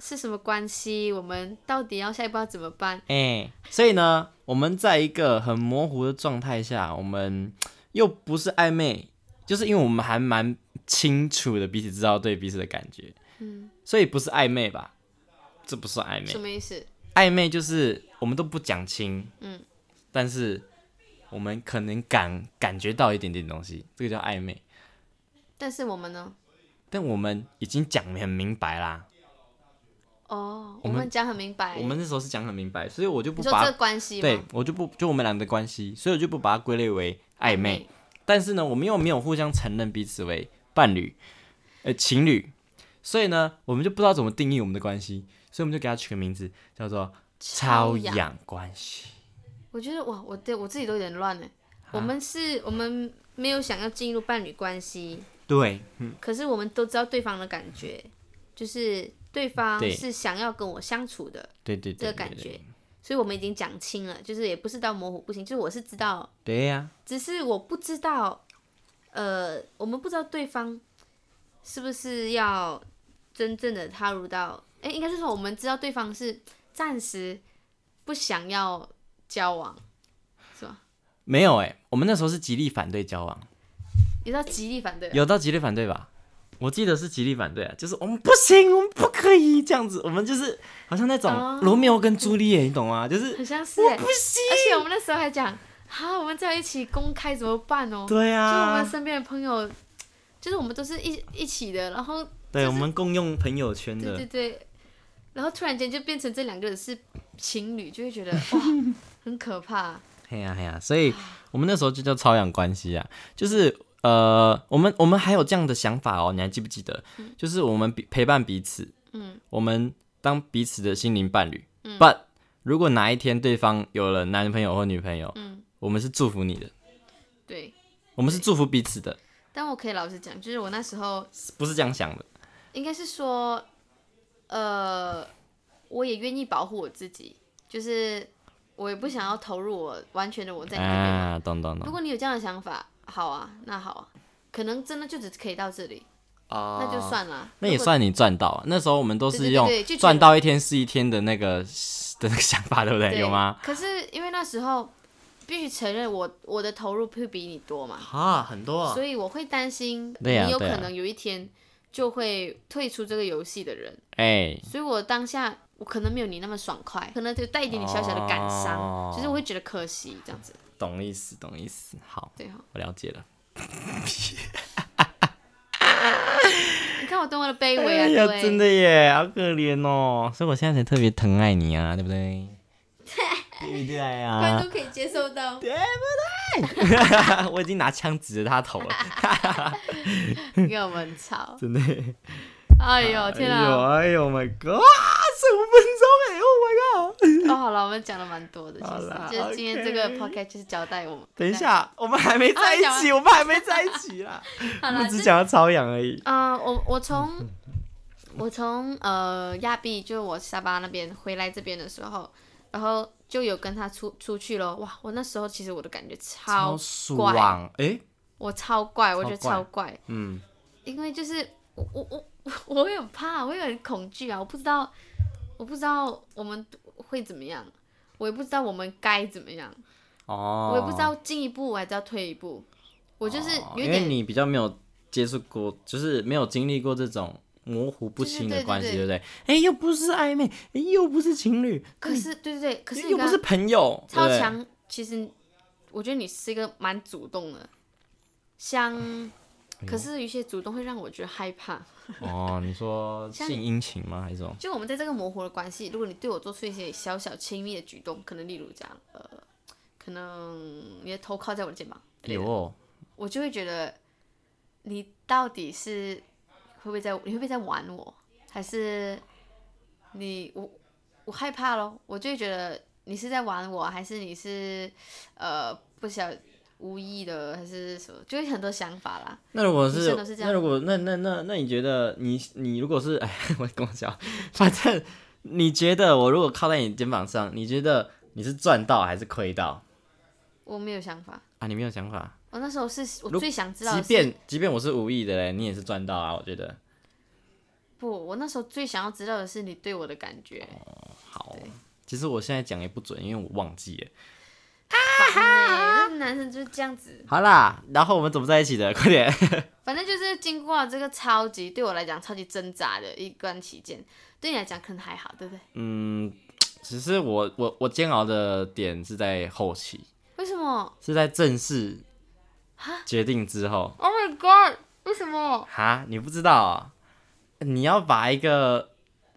[SPEAKER 1] 是什么关系？我们到底要下一步要怎么办？
[SPEAKER 2] 哎、所以呢，我们在一个很模糊的状态下，我们又不是暧昧，就是因为我们还蛮清楚的彼此知道对彼此的感觉，嗯，所以不是暧昧吧？这不算暧昧
[SPEAKER 1] 什，么意思？
[SPEAKER 2] 暧昧就是我们都不讲清，
[SPEAKER 1] 嗯，
[SPEAKER 2] 但是我们可能感感觉到一点点东西，这个叫暧昧，
[SPEAKER 1] 但是我们呢？
[SPEAKER 2] 但我们已经讲得很明白啦，
[SPEAKER 1] 哦，我
[SPEAKER 2] 我们
[SPEAKER 1] 们讲很明白。
[SPEAKER 2] 我们那时候是讲很明白，所以我就不
[SPEAKER 1] 你说
[SPEAKER 2] 把
[SPEAKER 1] 这个关系吗
[SPEAKER 2] 对我就不就我们俩的关系，所以我就不把它归类为暧
[SPEAKER 1] 暧
[SPEAKER 2] 昧。，但是呢，我们又没有互相承认彼此为伴侣，呃，情侣，所以呢，我们就不知道怎么定义我们的关系，所以我们就给它取个名字，叫做超
[SPEAKER 1] 痒。
[SPEAKER 2] 氧关系。
[SPEAKER 1] 我觉得哇，我对我自己都有点乱呢。我们是我们没有想要进入伴侣关系，
[SPEAKER 2] 对，
[SPEAKER 1] 可是我们都知道对方的感觉，就是对方
[SPEAKER 2] 对
[SPEAKER 1] 是想要跟我相处的
[SPEAKER 2] 对对对
[SPEAKER 1] 这个感觉，所以我们已经讲清了，就是也不是到模糊不行，就是我是知道，
[SPEAKER 2] 对呀、
[SPEAKER 1] 只是我不知道，呃，我们不知道对方是不是要真正的踏入到，哎，应该是说我们知道对方是暂时不想要交往，是吧？
[SPEAKER 2] 没有哎、我们那时候是极力反对交往，
[SPEAKER 1] 你知道极力反对啊，
[SPEAKER 2] 有到极力反对吧？我记得是极力反对啊，就是我们不行，我们不可以这样子，我们就是好像那
[SPEAKER 1] 哦
[SPEAKER 2] 种罗密欧跟朱丽叶，你懂吗？就是
[SPEAKER 1] 很像是哎、而且我们那时候还讲，哈，我们在一起公开怎么办哦？
[SPEAKER 2] 对
[SPEAKER 1] 就我们
[SPEAKER 2] 啊，
[SPEAKER 1] 身边的朋友，就是我们都是一一起的，然后
[SPEAKER 2] 对，我们共用朋友圈
[SPEAKER 1] 对
[SPEAKER 2] 的
[SPEAKER 1] 对，对，然后突然间就变成这两个人是情侣，就会觉得哇，很可怕。
[SPEAKER 2] 嘿呀嘿呀，所
[SPEAKER 1] 啊
[SPEAKER 2] 以我们那时候就叫超氧关系啊，就是呃，我们我们还有这样的想法哦，你还记不记得？
[SPEAKER 1] 嗯
[SPEAKER 2] 就是我们彼陪伴彼此，嗯，我们当彼此的心灵伴侣，嗯，but 如果哪一天对方有了男朋友或女朋友，嗯，我们是祝福你的，
[SPEAKER 1] 对，
[SPEAKER 2] 我们是祝福彼此的，
[SPEAKER 1] 但我可以老实讲，就是我那时候
[SPEAKER 2] 不是这样想的，
[SPEAKER 1] 应该是说，呃，我也愿意保护我自己，就是我也不想要投入我完全的我在你这边。
[SPEAKER 2] 啊，懂懂
[SPEAKER 1] 如
[SPEAKER 2] 懂，
[SPEAKER 1] 果你有这样的想法，好啊，那好啊，可能真的就只可以到这里，
[SPEAKER 2] 啊
[SPEAKER 1] 那就算了。
[SPEAKER 2] 那也
[SPEAKER 1] 如果
[SPEAKER 2] 算你赚到啊！那时候我们都
[SPEAKER 1] 对
[SPEAKER 2] 是
[SPEAKER 1] 对
[SPEAKER 2] 用
[SPEAKER 1] 对就觉得
[SPEAKER 2] 赚到一天是一天的那个 的那个想法，对不对？
[SPEAKER 1] 对
[SPEAKER 2] 有吗？？
[SPEAKER 1] 可是因为那时候必须承认我，我的投入会比你多嘛，
[SPEAKER 2] 啊，很多
[SPEAKER 1] 所以我会担心你
[SPEAKER 2] 对呀
[SPEAKER 1] 有
[SPEAKER 2] 对呀啊
[SPEAKER 1] 可能有一天就会退出这个游戏的人，
[SPEAKER 2] 哎，
[SPEAKER 1] 所以我当下我可能没有你那么爽快，可能就带一点点小小的感伤，
[SPEAKER 2] 哦
[SPEAKER 1] 就是我会觉得可惜这样子，
[SPEAKER 2] 懂意思，懂意思。好，
[SPEAKER 1] 对哈、
[SPEAKER 2] 我了解了。
[SPEAKER 1] 你看我多么的卑微
[SPEAKER 2] 哎
[SPEAKER 1] 啊！
[SPEAKER 2] 呀，
[SPEAKER 1] 对，
[SPEAKER 2] 真的耶，好可怜哦。所以我现在才特别疼爱你啊，对 不对？对不对
[SPEAKER 1] 观
[SPEAKER 2] 啊？
[SPEAKER 1] 众可以接受到。
[SPEAKER 2] 对不对？ 我已经拿枪指着他头了，
[SPEAKER 1] 跟我们吵。
[SPEAKER 2] 真的耶。
[SPEAKER 1] 哎呦天
[SPEAKER 2] 哎呦
[SPEAKER 1] 啊！
[SPEAKER 2] 哎呦 my god！剩五分钟哎，Oh my god！
[SPEAKER 1] 哦，好了，我们讲了蛮多的，
[SPEAKER 2] 好啦
[SPEAKER 1] 其实就是今天这个
[SPEAKER 2] OK
[SPEAKER 1] podcast 就是交代我们。
[SPEAKER 2] 等一，下，我们还没在一
[SPEAKER 1] 啊
[SPEAKER 2] 起，我们还没在一起 啦，我
[SPEAKER 1] 好了
[SPEAKER 2] 们，只讲到朝阳而已。
[SPEAKER 1] 嗯、我我从我从呃亚庇，就是我沙巴那边回来这边的时候，然后就有跟他出出去了。哇，我那时候其实我的感觉超，
[SPEAKER 2] 爽，哎、
[SPEAKER 1] 我超怪，我觉得
[SPEAKER 2] 超怪
[SPEAKER 1] 超怪，
[SPEAKER 2] 嗯，
[SPEAKER 1] 因为就是我我我我我会很怕，我会很恐惧啊，我不知道我不知道我们会怎么样，我也不知道我们该怎么样，
[SPEAKER 2] 哦，
[SPEAKER 1] 我也不知道进一步我还是要退一步，我就是
[SPEAKER 2] 哦
[SPEAKER 1] 有
[SPEAKER 2] 因为
[SPEAKER 1] 点
[SPEAKER 2] 你比较没有接触过，就是没有经历过这种模糊不
[SPEAKER 1] 对
[SPEAKER 2] 清的
[SPEAKER 1] 对对
[SPEAKER 2] 关系，
[SPEAKER 1] 对
[SPEAKER 2] 对不对？哎、又不是暧昧，哎、又不是情侣，
[SPEAKER 1] 可是对对对，可是你
[SPEAKER 2] 又不
[SPEAKER 1] 刚
[SPEAKER 2] 是朋友，
[SPEAKER 1] 超
[SPEAKER 2] 对不对，
[SPEAKER 1] 强，其实我觉得你是一个蛮主动的，
[SPEAKER 2] 哎
[SPEAKER 1] 像，可是有一些主动会让我觉得害怕。
[SPEAKER 2] 哦，你说
[SPEAKER 1] 像
[SPEAKER 2] 性殷勤吗？还是什么？
[SPEAKER 1] 就我们在这个模糊的关系，如果你对我做出一些小小亲密的举动，可能例如讲，呃，可能你的头靠在我的肩膀，
[SPEAKER 2] 有、哦，
[SPEAKER 1] 我就会觉得你到底是会不会在你会不会在玩我，还是你我我害怕咯，我就会觉得你是在玩我，还是你是呃不小无意的，还是什么，就会很多想法啦。
[SPEAKER 2] 那如果
[SPEAKER 1] 女
[SPEAKER 2] 是
[SPEAKER 1] 生都是这样
[SPEAKER 2] 那如果那那那那你觉得你你如果是 哎，我跟我讲，反正你觉得我如果靠在你肩膀上，你觉得你是赚到还是亏到
[SPEAKER 1] 我没有想法，
[SPEAKER 2] 啊？你没有想法，
[SPEAKER 1] 我那时候是我
[SPEAKER 2] 如
[SPEAKER 1] 最想知道
[SPEAKER 2] 即
[SPEAKER 1] 的是，
[SPEAKER 2] 便即便我是无意的嘞，你也是赚到啊，我觉得。
[SPEAKER 1] 不，我那时候最想要知道的是你对我的感觉。
[SPEAKER 2] 哦好，其实我现在讲也不准，因为我忘记了。
[SPEAKER 1] 烦欸这男生就是这样子，
[SPEAKER 2] 好啦，然后我们怎么在一起的？ 快点！
[SPEAKER 1] 反正就是经过了这个超级对我来讲超级挣扎的一段期间，对你来讲可能还好，对不对？
[SPEAKER 2] 嗯，只是我我我煎熬的点是在后期，
[SPEAKER 1] 为什么
[SPEAKER 2] 是在正式决定之后。
[SPEAKER 1] ？Oh my god！为什么？
[SPEAKER 2] 哈，你不知道啊、你要把一个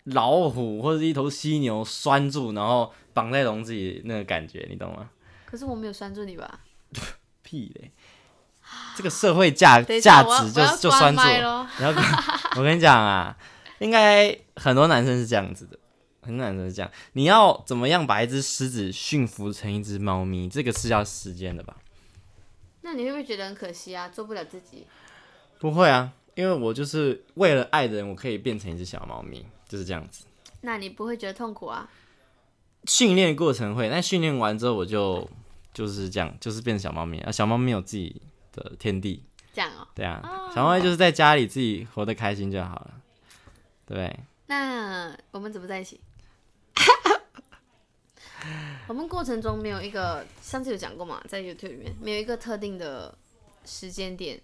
[SPEAKER 2] 老虎或者一头犀牛拴住，然后绑在笼子里，那个感觉你懂吗？
[SPEAKER 1] 可是我没有拴住你吧？
[SPEAKER 2] 屁嘞！这个社会价
[SPEAKER 1] 等一下
[SPEAKER 2] 价值
[SPEAKER 1] 我
[SPEAKER 2] 就
[SPEAKER 1] 要我要
[SPEAKER 2] 就
[SPEAKER 1] 关
[SPEAKER 2] 拴住
[SPEAKER 1] 麦
[SPEAKER 2] 了。
[SPEAKER 1] 咯。
[SPEAKER 2] 然后我跟你 讲啊，应该很多男生是这样子的，很多男生是这样。你要怎么样把一只狮子驯服成一只猫咪？这个是要时间的吧？
[SPEAKER 1] 那你会不会觉得很可惜啊？做不了自己？
[SPEAKER 2] 不会啊，因为我就是为了爱的人，我可以变成一只小猫咪，就是这样子。
[SPEAKER 1] 那你不会觉得痛苦啊？
[SPEAKER 2] 训练过程会，但训练完之后我就就是这样，就是变小猫咪啊。小猫咪有自己的天地，
[SPEAKER 1] 这样哦。
[SPEAKER 2] 对啊，小猫咪就是在家里自己活得开心就好了，对。
[SPEAKER 1] 那我们怎么在一起？ 我们过程中没有一个，上次有讲过嘛，在 YouTube 里面没有一个特定的时间点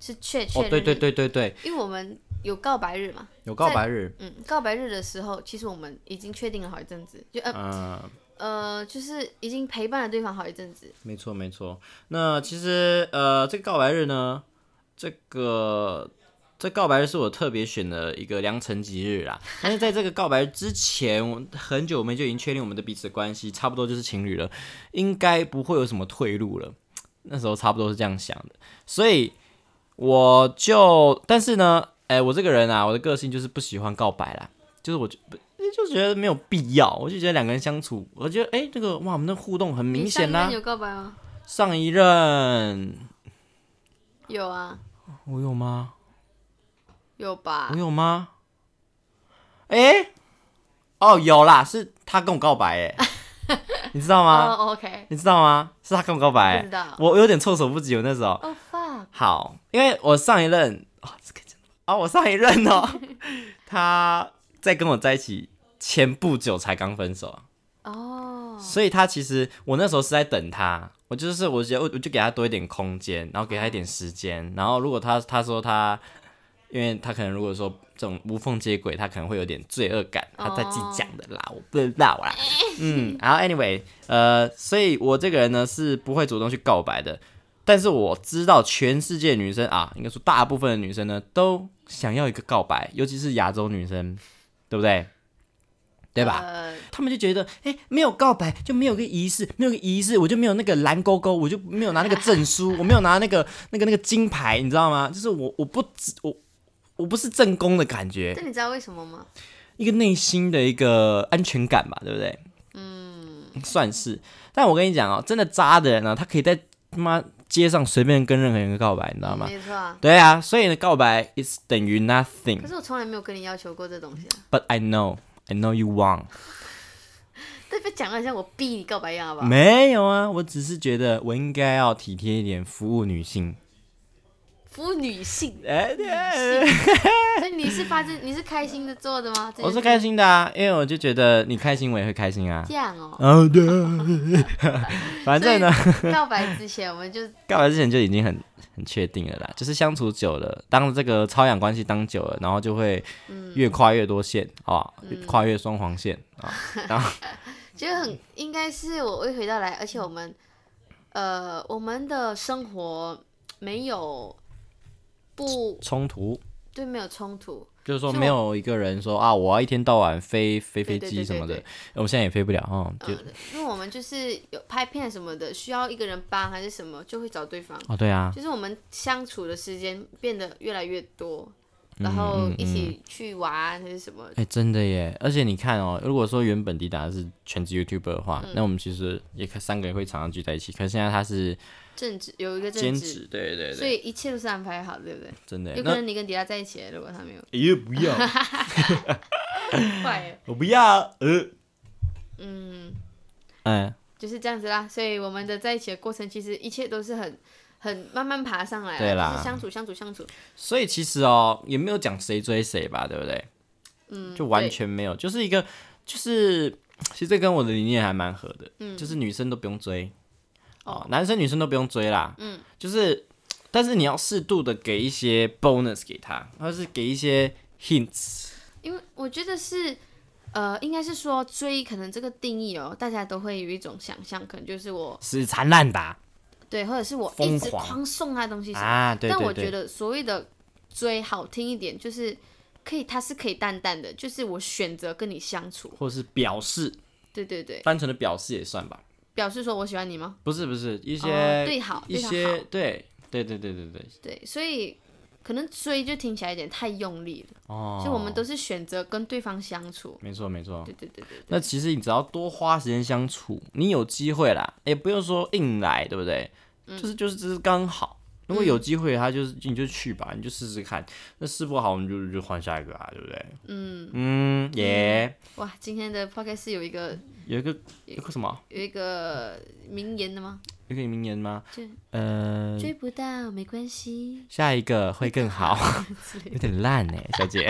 [SPEAKER 1] 是确确
[SPEAKER 2] 哦
[SPEAKER 1] 认、，
[SPEAKER 2] 对对，对对对，
[SPEAKER 1] 因为我们有告白日嘛，
[SPEAKER 2] 有告白日，
[SPEAKER 1] 嗯，告白日的时候，其实我们已经确定了好一阵子，就呃
[SPEAKER 2] 嗯、
[SPEAKER 1] 呃，就是已经陪伴了对方好一阵子，
[SPEAKER 2] 没错没错。那其实呃，这个告白日呢，这个这告白日是我特别选的一个良辰吉日啦。但是在这个告白之前，我很久我们就已经确定我们的彼此关系差不多就是情侣了，应该不会有什么退路了。那时候差不多是这样想的，所以我就，但是呢，哎、我这个人啊，我的个性就是不喜欢告白啦，就是我就不就觉得没有必要，我就觉得两个人相处，我觉得哎、这个哇，我们的互动很明
[SPEAKER 1] 你上
[SPEAKER 2] 显啊
[SPEAKER 1] 一
[SPEAKER 2] 啦、
[SPEAKER 1] 任有告白吗？
[SPEAKER 2] 上一任
[SPEAKER 1] 有啊，
[SPEAKER 2] 我有吗？
[SPEAKER 1] 有吧
[SPEAKER 2] 我？有吗？啊诶，哦，有啦，是他跟我告白 哎、你知道
[SPEAKER 1] 哦、
[SPEAKER 2] 吗？
[SPEAKER 1] o k
[SPEAKER 2] 你知道吗？是他跟我告白、
[SPEAKER 1] 不知
[SPEAKER 2] 欸，
[SPEAKER 1] 道。
[SPEAKER 2] 我我有点措手不及，我那时候。
[SPEAKER 1] 哦、fuck，
[SPEAKER 2] 好，因为我上一任哦，这个真的哦，我上一任 哦，他在跟我在一起前不久才刚分手啊，
[SPEAKER 1] 哦、
[SPEAKER 2] 所以他其实我那时候是在等他，我就是我觉得我我就给他多一点空间，然后给他一点时间，然后如果他他说他，因为他可能如果说这种无缝接轨，他可能会有点罪恶感，他在自己讲的啦，我不知道啦，嗯，然后 anyway，呃，所以我这个人呢是不会主动去告白的，但是我知道全世界女生啊，应该说大部分的女生呢，都想要一个告白，尤其是亚洲女生，对不对？对吧？
[SPEAKER 1] 呃
[SPEAKER 2] 他们就觉得，哎、没有告白就没有个仪式，没有个仪式，我就没有那个蓝勾勾，我就没有拿那个证书，我没有拿那个那个那个金牌，你知道吗？就是我我不只我我不是正宫的感觉，
[SPEAKER 1] 但你知道为什么吗？
[SPEAKER 2] 一个内心的一个安全感吧，对不对？嗯，算是。但我跟你讲哦，真的渣的人呢、他可以在他妈街上随便跟任何人告白，你知道吗？
[SPEAKER 1] 没错啊。
[SPEAKER 2] 对啊，所以呢，告白 is 等于
[SPEAKER 1] 可
[SPEAKER 2] nothing，but
[SPEAKER 1] 是我从来没有跟你要求过这东西啊，
[SPEAKER 2] I know I know you want。
[SPEAKER 1] 但被讲的像我逼你告白一样，好不好？
[SPEAKER 2] 没有啊，我只是觉得我应该要体贴一点，服务女性。
[SPEAKER 1] 服务女性，
[SPEAKER 2] 哎、
[SPEAKER 1] 所以你是发自你是开心的做的吗？
[SPEAKER 2] 我是
[SPEAKER 1] 开
[SPEAKER 2] 开心的啊，因为我就觉得你开心，我也会开心啊。
[SPEAKER 1] 这样哦。
[SPEAKER 2] 啊， 对，反正呢，
[SPEAKER 1] 所以告白之前我们就
[SPEAKER 2] 告白之前就已经很很确定了啦，就是相处久了，当这个超氧关系当久了，然后就会
[SPEAKER 1] 嗯
[SPEAKER 2] 越跨越多线啊，跨越双黄线啊，
[SPEAKER 1] 觉得很应该是我会回到来，而且我们呃我们的生活没有不
[SPEAKER 2] 冲突。
[SPEAKER 1] 对没有冲突，
[SPEAKER 2] 就是说，
[SPEAKER 1] 就
[SPEAKER 2] 没有一个人说啊，我要一天到晚飞飞
[SPEAKER 1] 对
[SPEAKER 2] 飞
[SPEAKER 1] 对
[SPEAKER 2] 机
[SPEAKER 1] 对
[SPEAKER 2] 什么的
[SPEAKER 1] 对，
[SPEAKER 2] 我们现在也飞不了哦，就
[SPEAKER 1] 嗯，因为我们就是有拍片什么的，需要一个人帮还是什么，就会找对方。
[SPEAKER 2] 哦，对啊，
[SPEAKER 1] 就是我们相处的时间变得越来越多，然后一起去玩还是什么，
[SPEAKER 2] 嗯哎、真的耶！而且你看哦，如果说原本迪达是全职 YouTuber 的
[SPEAKER 1] 嗯
[SPEAKER 2] 话，那我们其实也可三个也会常常聚在一起。可是现在他是
[SPEAKER 1] 政治有一个政
[SPEAKER 2] 兼
[SPEAKER 1] 治，
[SPEAKER 2] 职，对对
[SPEAKER 1] 所
[SPEAKER 2] 对，
[SPEAKER 1] 以一切都是安排好，对不对？
[SPEAKER 2] 真的耶。
[SPEAKER 1] 有可
[SPEAKER 2] 那，
[SPEAKER 1] 能你跟迪拉在一起，如果他没有
[SPEAKER 2] 哎也不 要，
[SPEAKER 1] 坏，
[SPEAKER 2] 我不要，呃，
[SPEAKER 1] 嗯，
[SPEAKER 2] 嗯，
[SPEAKER 1] 就是这样子啦。所以我们的在一起的过程，其实一切都是很很慢慢爬上来，啊
[SPEAKER 2] 对啦
[SPEAKER 1] 就是相处相处相处，
[SPEAKER 2] 所以其实哦，也没有讲谁追谁吧，对不对？嗯，就完全没有，就是一个，就是其实这跟我的理念还蛮合的，嗯，就是女生都不用追，哦，男生女生都不用追啦，嗯，就是，但是你要适度的给一些 bonus 给他，或是给一些 hints，
[SPEAKER 1] 因为我觉得是。呃，应该是说追，可能这个定义哦，大家都会有一种想象，可能就是我
[SPEAKER 2] 死缠烂打
[SPEAKER 1] 对，或者是我
[SPEAKER 2] 疯
[SPEAKER 1] 一直
[SPEAKER 2] 狂
[SPEAKER 1] 狂送他东西什么的
[SPEAKER 2] 啊，对
[SPEAKER 1] 但我
[SPEAKER 2] 对
[SPEAKER 1] 觉
[SPEAKER 2] 对，
[SPEAKER 1] 得所谓的追好听一点，就是可以，它是可以淡淡的，就是我选择跟你相处。
[SPEAKER 2] 或是表示，
[SPEAKER 1] 对对对，
[SPEAKER 2] 单纯的表示也算吧，
[SPEAKER 1] 表示说我喜欢你吗？
[SPEAKER 2] 不是不是一
[SPEAKER 1] 一
[SPEAKER 2] 些、
[SPEAKER 1] 哦对好，
[SPEAKER 2] 一
[SPEAKER 1] 对他
[SPEAKER 2] 些
[SPEAKER 1] 好，
[SPEAKER 2] 对对对对对对，
[SPEAKER 1] 对，所以可能追就听起来有点太用力了，
[SPEAKER 2] 哦，
[SPEAKER 1] 所以我们都是选择跟对方相处。
[SPEAKER 2] 没错没错，
[SPEAKER 1] 对对对对，
[SPEAKER 2] 那其实你只要多花时间相处，你有机会啦，也不用说硬来，对不对？就是就是只是刚好，如果有机会，他就是你就去吧，你就试试看。那试不好，我们就就换下一个啊，对不对？嗯嗯，耶、
[SPEAKER 1] 哇，今天的 podcast 是有一个
[SPEAKER 2] 有一个有个什么？
[SPEAKER 1] 有一个名言的吗？
[SPEAKER 2] 有一个名言吗
[SPEAKER 1] 就？
[SPEAKER 2] 呃，
[SPEAKER 1] 追不到没关系，
[SPEAKER 2] 下一个会更好，有点烂哎、小 姐。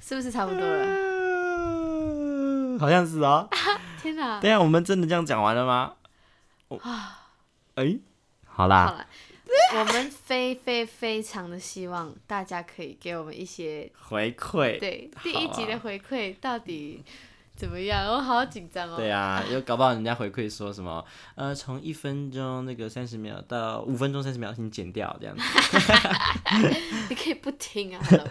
[SPEAKER 1] 是不是差不多了？
[SPEAKER 2] 好像是哦。
[SPEAKER 1] 天哪！
[SPEAKER 2] 等一下，我们真的这样讲完了吗？我哎、好
[SPEAKER 1] 好
[SPEAKER 2] 啦，
[SPEAKER 1] 了，我们非非非常的希望大家可以给我们一些
[SPEAKER 2] 回馈。啊
[SPEAKER 1] 对第一集的回馈到底怎么样？我好紧张哦。
[SPEAKER 2] 对啊，又搞不好人家回馈说什么，呃，从一分钟那个三十秒到五分钟三十秒，请剪掉这样子。
[SPEAKER 1] 你可以不听啊。hello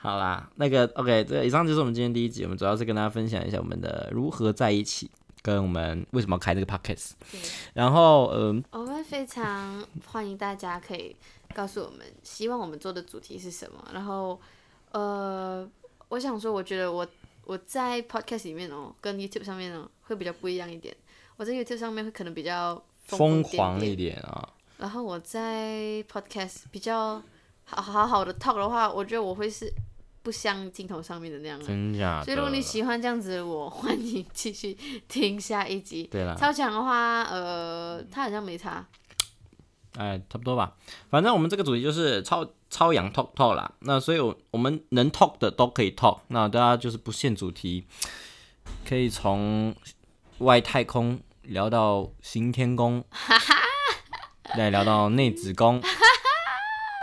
[SPEAKER 2] 好啦，那个 OK，这以上就是我们今天第一集，我们主要是跟大家分享一下我们的如何在一起，跟我们为什么要开这个 podcast。
[SPEAKER 1] 对
[SPEAKER 2] 然后，嗯、
[SPEAKER 1] 我们非常欢迎大家可以告诉我们，希望我们做的主题是什么。然后，呃，我想说，我觉得我我在 podcast 里面哦，跟 YouTube 上面哦会比较不一样一点。我在 YouTube 上面会可能比较
[SPEAKER 2] 疯
[SPEAKER 1] 疯癫
[SPEAKER 2] 狂
[SPEAKER 1] 癫
[SPEAKER 2] 一点啊、
[SPEAKER 1] 然后我在 podcast 比较好好好的 talk 的话，我觉得我会是不像镜头上面的那样的。啊
[SPEAKER 2] 真假的？
[SPEAKER 1] 所以如果你喜欢这样子，我欢迎继续听下一集。
[SPEAKER 2] 对啦，
[SPEAKER 1] 超强的话，
[SPEAKER 2] 嗯
[SPEAKER 1] 呃，他好像没差。
[SPEAKER 2] 哎，差不多吧。反正我们这个主题就是超超洋 talk talk 啦。那所以我，我们能 talk 的都可以 talk。那大家就是不限主题，可以从外太空聊到行天 宫，再聊到内子宫。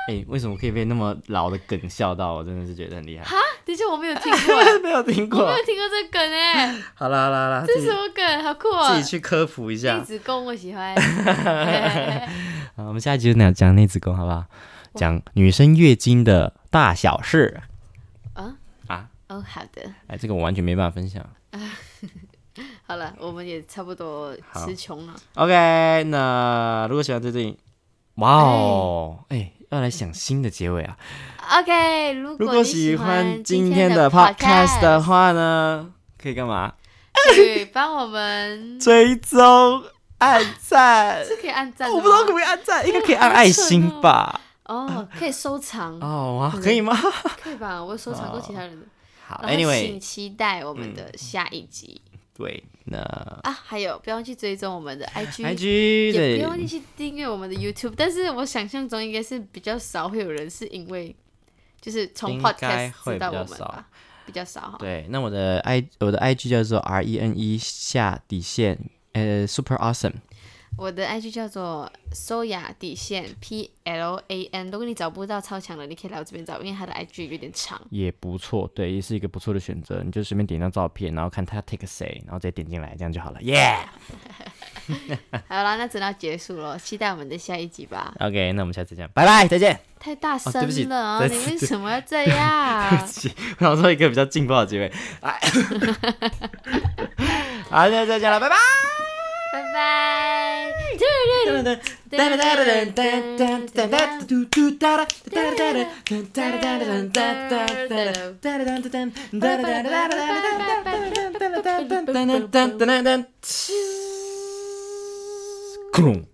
[SPEAKER 2] 哎、为什么可以被那么老的梗笑到？我真的是觉得很厉害。
[SPEAKER 1] 等而且我没有听过欸，
[SPEAKER 2] 没有听
[SPEAKER 1] 我
[SPEAKER 2] 过
[SPEAKER 1] 没。有听过这个梗哎、
[SPEAKER 2] 好啦好啦好啦，
[SPEAKER 1] 这
[SPEAKER 2] 自
[SPEAKER 1] 是
[SPEAKER 2] 己
[SPEAKER 1] 什么梗？好酷
[SPEAKER 2] 自
[SPEAKER 1] 哦、
[SPEAKER 2] 己去科普一下
[SPEAKER 1] 内。子宫我喜 欢。
[SPEAKER 2] 好，我们下一集就讲讲内子宫，好不好？讲女生月经的大小事
[SPEAKER 1] 啊
[SPEAKER 2] 啊！
[SPEAKER 1] 哦，好的，
[SPEAKER 2] 哎，这个我完全没办法分享。
[SPEAKER 1] 好了，我们也差不多
[SPEAKER 2] 好
[SPEAKER 1] 词穷了。
[SPEAKER 2] OK，那如果喜欢这电影，哇哦，哎，要来想新的结尾啊！
[SPEAKER 1] OK，如
[SPEAKER 2] 如
[SPEAKER 1] 果
[SPEAKER 2] 果
[SPEAKER 1] 你
[SPEAKER 2] 喜
[SPEAKER 1] 欢
[SPEAKER 2] 欢
[SPEAKER 1] 今
[SPEAKER 2] 今天的 Podcast 的话呢，可以干嘛？
[SPEAKER 1] 去帮我们，
[SPEAKER 2] 追踪、按赞。
[SPEAKER 1] 是可以按赞的哦吗，
[SPEAKER 2] 我不知道可不可以按赞，应该可以按爱心吧？
[SPEAKER 1] 哦，可以收藏，
[SPEAKER 2] 哦，哇，可以吗？
[SPEAKER 1] 可以吧？我有收藏过其他人的。
[SPEAKER 2] 好
[SPEAKER 1] 然后请
[SPEAKER 2] ，Anyway，嗯
[SPEAKER 1] 期待我们的下一集
[SPEAKER 2] 对，那
[SPEAKER 1] 啊！还有，不要忘记追踪我们的
[SPEAKER 2] 啊 IG
[SPEAKER 1] IG。也不
[SPEAKER 2] 对
[SPEAKER 1] 要忘记去订阅我们的 YouTube，但是我想象中应该是比较少会有人是因为就是从
[SPEAKER 2] 应该
[SPEAKER 1] Podcast
[SPEAKER 2] 会
[SPEAKER 1] 知道
[SPEAKER 2] 比
[SPEAKER 1] 我
[SPEAKER 2] 较
[SPEAKER 1] 们吧，比较少哈。
[SPEAKER 2] 对，那我的 I 我的 IG 叫做 R E N E 下底线，呃，Super Awesome。
[SPEAKER 1] 我的 IG 叫做 Soya 底线 P L A N，如果你找不到超强的，你可以来我这边找，因为他的 IG 有点 长。
[SPEAKER 2] 也不错，对，也是一个不错的选择。你就随便点张照片，然后看他 take 谁，然后再点进来，这样就好了。Yeah。
[SPEAKER 1] 好啦，那直到结束了，期待我们的下一集吧。
[SPEAKER 2] OK，那我们下次见，拜拜，再见。
[SPEAKER 1] 太大声
[SPEAKER 2] 哦对不起
[SPEAKER 1] 了啊、
[SPEAKER 2] 再
[SPEAKER 1] 你
[SPEAKER 2] 次？
[SPEAKER 1] 为什么要这样
[SPEAKER 2] 我想说一个比较劲爆的结尾，哎，好，那再见了，拜拜。
[SPEAKER 1] 拜 拜。
[SPEAKER 2] Krum.